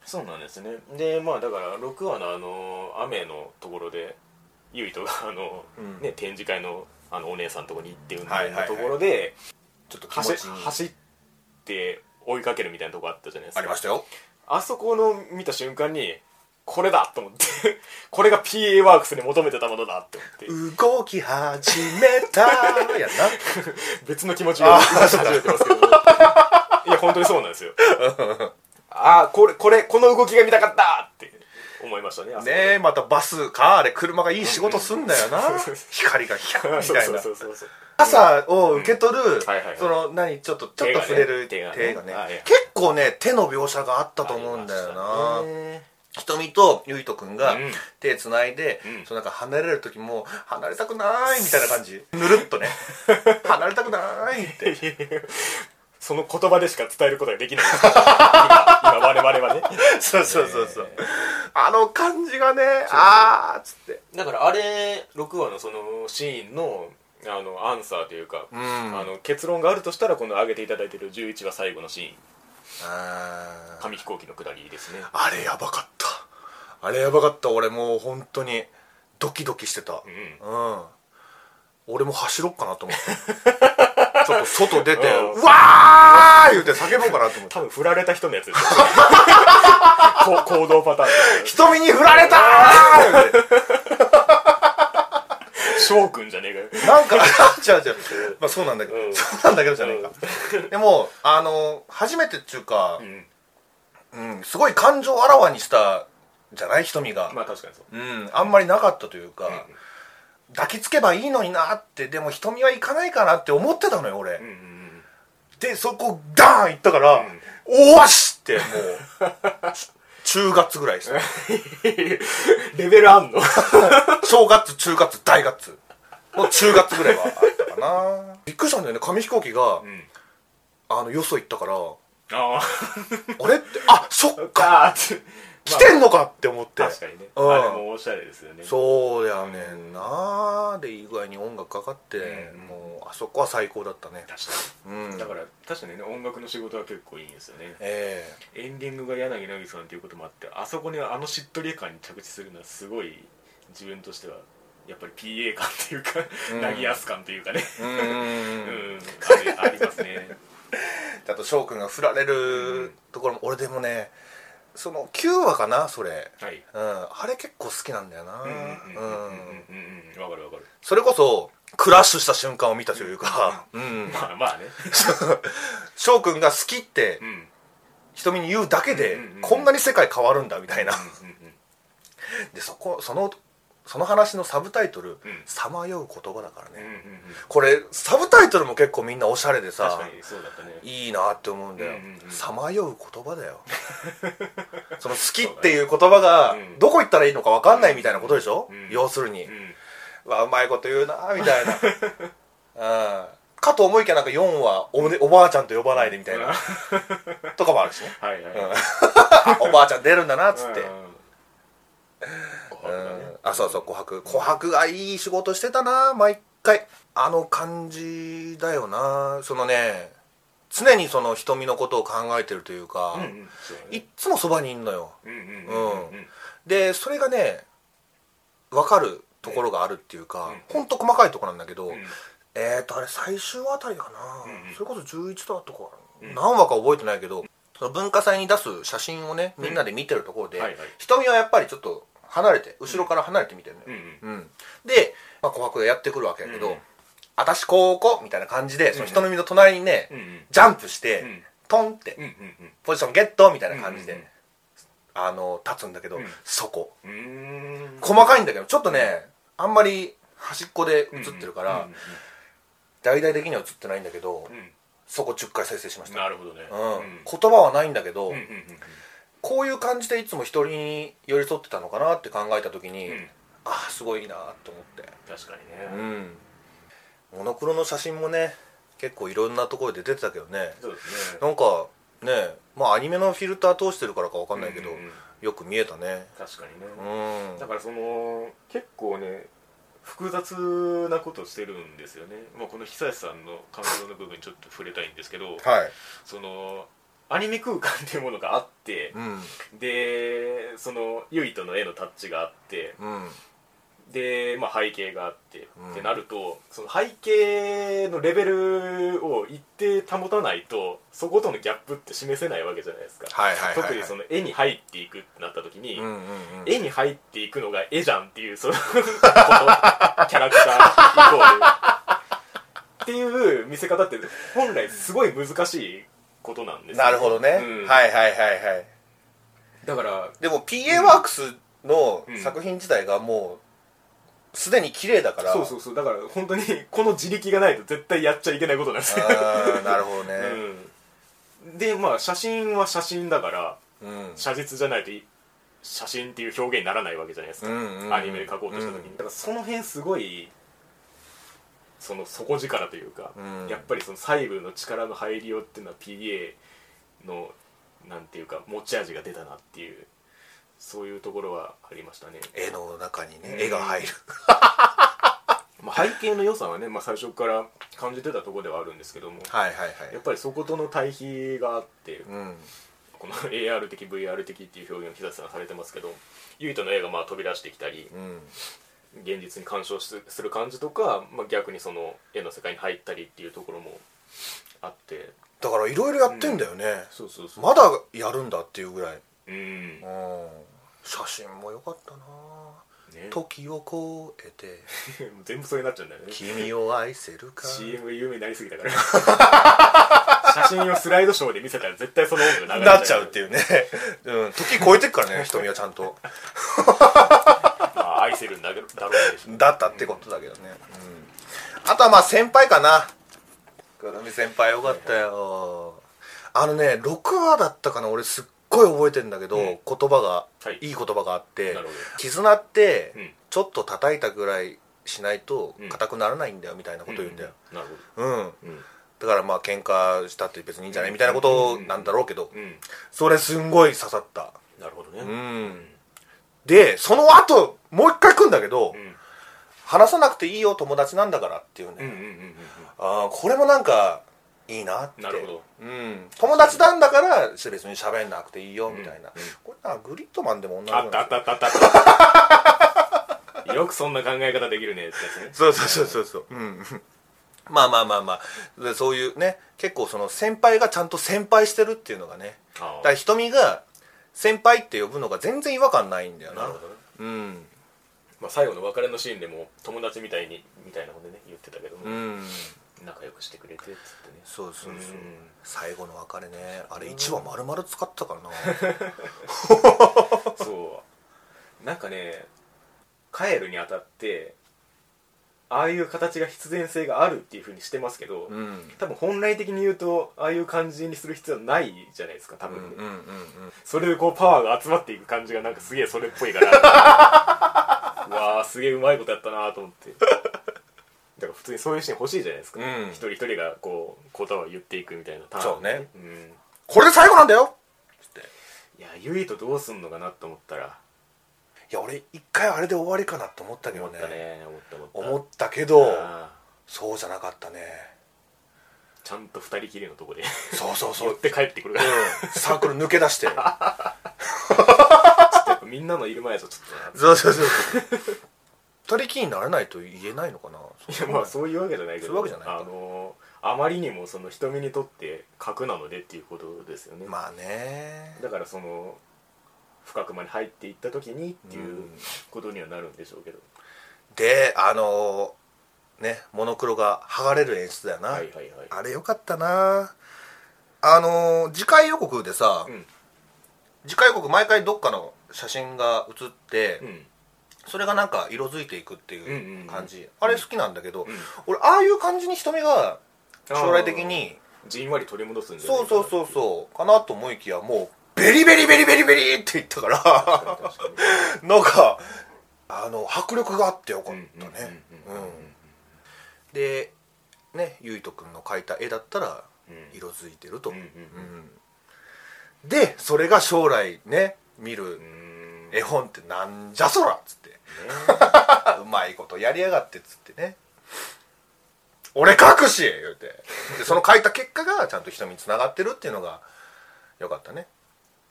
Speaker 1: そうなんですねでまあだから6話のあの雨のところでゆいとがあの、
Speaker 2: うん
Speaker 1: ね、展示会のあのお姉さんとこに行って運動
Speaker 2: はいはいは
Speaker 1: の
Speaker 2: い
Speaker 1: ところで
Speaker 2: ちょっと気持
Speaker 1: 走
Speaker 2: ちいい
Speaker 1: 走って追いかけるみたいなとこあったじゃないですか
Speaker 2: ありましたよ
Speaker 1: あそこの見た瞬間にこれだと思ってこれが PA ワークスに求めてたものだって思って
Speaker 2: 動き始め たやな
Speaker 1: 別の気持ちが動かし始めてます けどいや本当にそうなんですよ ああこれこれこの動きが見たかったって思いましたねあそこ
Speaker 2: ねえまたバスかあれ車がいい仕事すんだよ な
Speaker 1: うんそうそう
Speaker 2: 光がヒャー み
Speaker 1: そう
Speaker 2: たい
Speaker 1: そう
Speaker 2: な
Speaker 1: そうそうそう
Speaker 2: 傘を受け取る、
Speaker 1: はいはいはい
Speaker 2: その何ちょっとちょっ
Speaker 1: 手が
Speaker 2: と
Speaker 1: ね
Speaker 2: 触れる
Speaker 1: 手がねあいや
Speaker 2: 結構ね手の描写があったと思うんだよ
Speaker 1: あ
Speaker 2: な、
Speaker 1: りましたね
Speaker 2: 瞳とゆいとくんが
Speaker 1: うん
Speaker 2: 手つないで、
Speaker 1: うん
Speaker 2: そのなんか離れる時も離れたくないみたいな 感じぬるっとね離れたくないって
Speaker 1: その言葉でしか伝えることができない ですから今今我々 はね
Speaker 2: そうそうそうそう、あの感 じがねあーっつって
Speaker 1: だからあれ6話のそのシーンのあのアンサーというか、
Speaker 2: ん
Speaker 1: あの結論があるとしたらこの挙げていただいている11話最後のシーン
Speaker 2: あ
Speaker 1: 紙飛行機の下りですね
Speaker 2: あれやばかったあれやばかった俺もう本当にドキドキしてた
Speaker 1: う
Speaker 2: うん、俺も走ろっかなと思って ちょっと外出て
Speaker 1: うん
Speaker 2: 「うわー!」言うて叫ぼうかなと思って
Speaker 1: 多分振られた人のやつですよ こ行動パターン
Speaker 2: 瞳に振られたー言うて
Speaker 1: 翔くんじゃねえかよ
Speaker 2: な んか違う違うまあそうなんだけど、
Speaker 1: うん
Speaker 2: そうなんだけどじゃねえか、でもあの初めてっていうか
Speaker 1: う、ん
Speaker 2: うん、すごい感情をあらわにしたじゃない瞳が、
Speaker 1: まあ確かにそう
Speaker 2: うん、あんまりなかったというか、抱きつけばいいのになってでも瞳はいかないかなって思ってたのよ
Speaker 1: う
Speaker 2: 俺、
Speaker 1: んうんうん
Speaker 2: でそこダーン行ったから
Speaker 1: ん
Speaker 2: 「おわし!」ってもう 中月ぐらい ですね
Speaker 1: レベルあんの
Speaker 2: 小月中月大月もう中月ぐらいはあったかなびっくりしたんだよね紙飛行機が、
Speaker 1: ん
Speaker 2: あのよそ行ったからあ
Speaker 1: あ
Speaker 2: れってあそっ
Speaker 1: あガーッて
Speaker 2: 来てんのかって思って
Speaker 1: 確かにね、
Speaker 2: うん
Speaker 1: あれもおしゃれですよね
Speaker 2: そうやねんなでいい具合に音楽かかって、
Speaker 1: うん
Speaker 2: もうあそこは最高だったね
Speaker 1: 確
Speaker 2: う
Speaker 1: か
Speaker 2: ん
Speaker 1: にだから確かにね音楽の仕事は結構いいんですよね
Speaker 2: え
Speaker 1: エンディングが柳凪さんということもあってあそこにあのしっとり感に着地するのはすごい自分としてはやっぱり PA 感っていうか
Speaker 2: うん
Speaker 1: 凪安感というかね
Speaker 2: え
Speaker 1: うん、
Speaker 2: うん
Speaker 1: ありありますね
Speaker 2: あと翔くんが振られるところも、俺でもねその9話かなそれ、
Speaker 1: はい
Speaker 2: うん、あれ結構好きなんだよな
Speaker 1: うんうんうん
Speaker 2: う
Speaker 1: う
Speaker 2: ん
Speaker 1: んうんうんわかるわかる
Speaker 2: それこそクラッシュした瞬間を見たというか、うん、
Speaker 1: まあまあね
Speaker 2: 翔くんが好きって
Speaker 1: うんうん
Speaker 2: 瞳に言うだけで、
Speaker 1: うんうんうん
Speaker 2: こんなに世界変わるんだみたいな、
Speaker 1: うんうん
Speaker 2: でそこそのその話のサブタイトル
Speaker 1: ん
Speaker 2: 「さまよう言葉」だから
Speaker 1: うんう
Speaker 2: ね、
Speaker 1: んうん
Speaker 2: これサブタイトルも結構みんなおしゃれで
Speaker 1: 確
Speaker 2: さ
Speaker 1: かにそうだったね
Speaker 2: いいなって思うんだよ
Speaker 1: うんうんう
Speaker 2: 「
Speaker 1: ん
Speaker 2: さまよう言葉」だ よその「好き」っていう言葉が
Speaker 1: うん
Speaker 2: どこ行ったらいいのか分かんないみたいなことでしょ、
Speaker 1: うん
Speaker 2: 要するに、
Speaker 1: うん
Speaker 2: うわうまいこと言うな みたいな、うん、かと思いきやなんか4はお,、ね、おばあちゃんと呼ばないでみたいな、とかもあるしね
Speaker 1: はいはい、
Speaker 2: あおばあちゃん出るんだなっつって、
Speaker 1: うん
Speaker 2: うんあそうそう琥珀琥珀がいい仕事してたな毎回あの感じだよなそのね常にその瞳のことを考えてるというか、
Speaker 1: うんうんそうだね
Speaker 2: いっつもそばにいんのよ
Speaker 1: うんうんうんうん
Speaker 2: でそれがね分かるところがあるっていうか、ほんと細かいところなんだけど、
Speaker 1: うん
Speaker 2: えーとあれ最終あたりかな、
Speaker 1: うんうん
Speaker 2: それこそ11だとか、何話か覚えてないけどその文化祭に出す写真をねみんなで見てるところで、
Speaker 1: うんはいはい
Speaker 2: 瞳はやっぱりちょっと離れて後ろから離れて見てるのよ、
Speaker 1: うん
Speaker 2: うん、で、まあ、琥珀がやってくるわけやけど、
Speaker 1: うん
Speaker 2: 私ここみたいな感じでその人の身の隣にね、
Speaker 1: うんうん
Speaker 2: ジャンプして、
Speaker 1: ん
Speaker 2: トンって、
Speaker 1: うんうんうん
Speaker 2: ポジションゲットみたいな感じで、
Speaker 1: うんうんうん
Speaker 2: あの立つんだけど、
Speaker 1: うん
Speaker 2: そこ
Speaker 1: うーん
Speaker 2: 細かいんだけどちょっとね、あんまり端っこで映ってるから、
Speaker 1: うん
Speaker 2: 大々的には映ってないんだけど、
Speaker 1: うんうん
Speaker 2: そこ10回再生しました、
Speaker 1: なるほどね
Speaker 2: う
Speaker 1: うんん
Speaker 2: 言葉はないんだけど、
Speaker 1: うんうんうん
Speaker 2: こういう感じでいつも一人に寄り添ってたのかなって考えた時に、
Speaker 1: うん
Speaker 2: ああすごいなと思って
Speaker 1: 確かに
Speaker 2: う
Speaker 1: ね
Speaker 2: んモノクロの写真もね結構いろんなところで出てたけどね
Speaker 1: そうですね
Speaker 2: なんかねまあアニメのフィルター通してるからかわかんないけど、
Speaker 1: うんうんうん
Speaker 2: よく見えたね
Speaker 1: 確かにね
Speaker 2: うん
Speaker 1: だからその結構ね複雑なことしてるんですよねもうこの久石さんの感情の部分にちょっと触れたいんですけど
Speaker 2: はい
Speaker 1: そのアニメ空間っていうものがあって
Speaker 2: うん
Speaker 1: でそのユイとの絵のタッチがあって
Speaker 2: うん
Speaker 1: で、まあ、背景があって、
Speaker 2: うん
Speaker 1: ってなるとその背景のレベルを一定保たないとそことのギャップって示せないわけじゃないですか、
Speaker 2: はいはいはいはい
Speaker 1: 特にその絵に入っていくってなった時に、
Speaker 2: うんうんうん
Speaker 1: 絵に入っていくのが絵じゃんっていうそのことキャラクターイコールっていう見せ方って本来すごい難しいことなんですよ
Speaker 2: なるほどね、
Speaker 1: うん
Speaker 2: はいはいはいはい
Speaker 1: だから
Speaker 2: でも PA ワークスの
Speaker 1: うん
Speaker 2: 作品自体がもうすでに綺麗だから
Speaker 1: そうそうそうだから本当にこの自力がないと絶対やっちゃいけないことなん ですよ
Speaker 2: あーなるほどね
Speaker 1: うんでまあ写真は写真だから
Speaker 2: うん、
Speaker 1: 写実じゃないとい写真っていう表現にならないわけじゃないですか、
Speaker 2: うんうんうん
Speaker 1: アニメで描こうとした時に、
Speaker 2: うん
Speaker 1: だからその辺すごいその底力というか、
Speaker 2: うん
Speaker 1: やっぱりその細部の力の入りようっていうのは PA のなんていうか持ち味が出たなっていうそういうところはありましたね、
Speaker 2: 絵の中にね
Speaker 1: うん
Speaker 2: 絵が入る
Speaker 1: まあ、背景の良さはね、まあ、最初から感じてたところではあるんですけども
Speaker 2: はいはいは
Speaker 1: やっぱりそことの対比があって、
Speaker 2: うん
Speaker 1: この AR 的 VR 的っていう表現を久しさんされてますけどユイとの絵がまあ飛び出してきたり
Speaker 2: うん
Speaker 1: 現実に干渉すする感じとか、まあ、逆にその絵の世界に入ったりっていうところもあって
Speaker 2: だからいろいろやってんだよね、
Speaker 1: そうそうそ
Speaker 2: まだやるんだっていうぐらい、
Speaker 1: うん
Speaker 2: う、ん、写真も良かったな
Speaker 1: ね、
Speaker 2: 時を越えて
Speaker 1: 全部それになっちゃうんだよね
Speaker 2: 君を愛せるか
Speaker 1: CM 有名になりすぎたから写真をスライドショーで見せたら絶対その音が流れ
Speaker 2: なっちゃうって
Speaker 1: いう、
Speaker 2: いうね、 うん、時超えてっ からね瞳はちゃんと
Speaker 1: まあ、愛せるんだけどだろうでしょ
Speaker 2: だったってことだけどね、うん、あとはまあ先輩かな黒海先輩よかったよあのね6話だったかな俺すっごい覚えてんだけど、
Speaker 1: うん
Speaker 2: 言葉が、
Speaker 1: はい
Speaker 2: い、い言葉があって
Speaker 1: なるほど
Speaker 2: 絆って
Speaker 1: うん
Speaker 2: ちょっと叩いたぐらいしないと
Speaker 1: うん
Speaker 2: 硬くならないんだよみたいなこと言うんだよ、
Speaker 1: なるほど
Speaker 2: うん
Speaker 1: うん
Speaker 2: だからまあ喧嘩したって別にいいんじゃないみたいなことなんだろうけど、
Speaker 1: うん
Speaker 2: それすんごい刺さった
Speaker 1: なるほどね、
Speaker 2: うんでその後もう一回来んだけど、
Speaker 1: ん
Speaker 2: 話さなくていいよ友達なんだからっていうね、
Speaker 1: うんうんうんうん
Speaker 2: ああこれもなんかいいなって
Speaker 1: なるほど
Speaker 2: うん、友達なんだから別に喋んなくていいよみたいな、
Speaker 1: うんうん
Speaker 2: これなんかグリッドマンでも同じ
Speaker 1: あ
Speaker 2: なん
Speaker 1: っ
Speaker 2: です
Speaker 1: たあ
Speaker 2: よ
Speaker 1: ったあったあ ったよくそんな考え方できるねってやつね
Speaker 2: そうそうそうそうそううん まあまあまあまあでそういうね結構その先輩がちゃんと先輩してるっていうのがね
Speaker 1: あ
Speaker 2: だ
Speaker 1: あ
Speaker 2: から瞳が先輩って呼ぶのが全然違和感ないんだよな
Speaker 1: なるほどね、
Speaker 2: うん
Speaker 1: まあ、最後の別れのシーンでも友達みたいにみたいなことね言ってたけども、
Speaker 2: うん
Speaker 1: 仲良くしてくれてっつってね
Speaker 2: そうそうそ
Speaker 1: う
Speaker 2: う、
Speaker 1: ん
Speaker 2: 最後の別れねあれ1話丸々使ったからな
Speaker 1: そうなんかね帰るにあたってああいう形が必然性があるっていうふうにしてますけど、
Speaker 2: うん
Speaker 1: 多分本来的に言うとああいう感じにする必要はないじゃないですか多
Speaker 2: うん
Speaker 1: 分、
Speaker 2: うんうんうん
Speaker 1: それでこうパワーが集まっていく感じがなんかすげえそれっぽいからう わあすげえうまいことやったなと思ってだから普通にそういうシーン欲しいじゃないですか、
Speaker 2: うん
Speaker 1: 一人一人がこう言葉を言っていくみたいなターン
Speaker 2: そうね
Speaker 1: うん
Speaker 2: これで最後なんだよ
Speaker 1: いやゆいとどうすんのかなと思ったら
Speaker 2: いや俺一回あれで終わりかなと思ったけ
Speaker 1: 思
Speaker 2: ど
Speaker 1: った
Speaker 2: ね
Speaker 1: ね思った思った
Speaker 2: 思ったけど
Speaker 1: ああ
Speaker 2: そうじゃなかったね
Speaker 1: ちゃんと二人きりのとこで
Speaker 2: そうそうそ
Speaker 1: 寄
Speaker 2: う
Speaker 1: って帰ってくるから
Speaker 2: うんサークル抜け出し
Speaker 1: ち
Speaker 2: て
Speaker 1: ょっとやっぱみんなのいる前じゃちょっ
Speaker 2: そうそうそう二人きりになれないと言えないのかな
Speaker 1: とないやまあそういうわけじゃないけど
Speaker 2: そういうわけじゃないか
Speaker 1: あのあまりにもその瞳にとって核なのでっていうことですよね
Speaker 2: まあね
Speaker 1: だからその深くまで入っていった時にっていうことにはなるんでしょうけど、
Speaker 2: であのーねモノクロが剥がれる演出だよな、
Speaker 1: はいはいはい
Speaker 2: あれよかったなあのー次回予告でさ、
Speaker 1: うん
Speaker 2: 次回予告毎回どっかの写真が写って、
Speaker 1: うん
Speaker 2: それがなんか色づいていくって
Speaker 1: んうんう
Speaker 2: い
Speaker 1: ん
Speaker 2: う感じ、あれ好きなんだけど、
Speaker 1: ん
Speaker 2: 俺ああいう感じに瞳が将来的に
Speaker 1: じんわり取り戻すんじゃない
Speaker 2: そうそうそう
Speaker 1: う
Speaker 2: そうかなと思いきやもうベリベリベリベリベリって言っ たから
Speaker 1: 確かに
Speaker 2: なんかあの迫力があってよかっ
Speaker 1: うん
Speaker 2: たね
Speaker 1: うんうんうんうん
Speaker 2: うんでねゆいとくんの描いた絵だったら
Speaker 1: うん
Speaker 2: 色づいてると、
Speaker 1: うんうん
Speaker 2: うんでそれが将来ね見る
Speaker 1: うん
Speaker 2: 絵本ってなんじゃそらっつって
Speaker 1: ね
Speaker 2: あ うまいことやりやがってっつってね俺書くし言うてでその書いた結果がちゃんと人につながってるっていうのがよかったね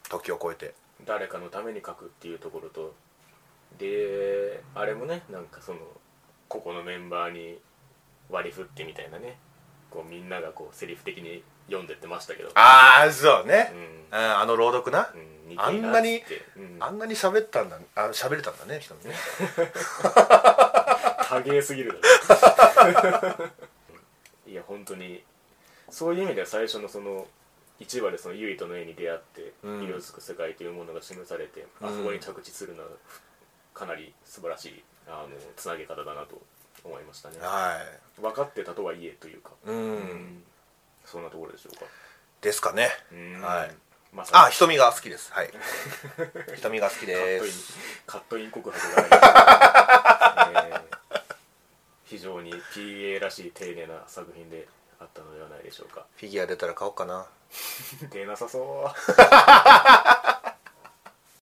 Speaker 2: 時を超えて
Speaker 1: 誰かのために書くっていうところとであれもねなんかそのここのメンバーに割り振ってみたいなねこうみんながこうセリフ的に読んでってましたけど
Speaker 2: ああそうね
Speaker 1: う、ん
Speaker 2: うんあの朗読な、
Speaker 1: うん似てる
Speaker 2: あん
Speaker 1: っ
Speaker 2: なに
Speaker 1: つってうん
Speaker 2: あんなに喋ったんだあ喋れたんだね人にね
Speaker 1: 多芸すぎる いや本当にそういう意味では最初のその1話でそのユイとの絵に出会って
Speaker 2: うん
Speaker 1: 色づく世界というものが示されて、あそこに着地するのはかなり素晴らしいあのつなげ方だなと思いましたね
Speaker 2: は
Speaker 1: 分かってたとはいえというか、
Speaker 2: いうん、
Speaker 1: うんそんなところでしょうか、
Speaker 2: ですかね、
Speaker 1: うん
Speaker 2: はい
Speaker 1: まさに
Speaker 2: あ瞳が好きですはい 瞳が好き
Speaker 1: カッ
Speaker 2: で
Speaker 1: トイン
Speaker 2: す
Speaker 1: カットイン告白がありましたねえー非常に PA らしい丁寧な作品であったのではないでしょうか
Speaker 2: フィギュア出たら買おうかな
Speaker 1: 出なさそう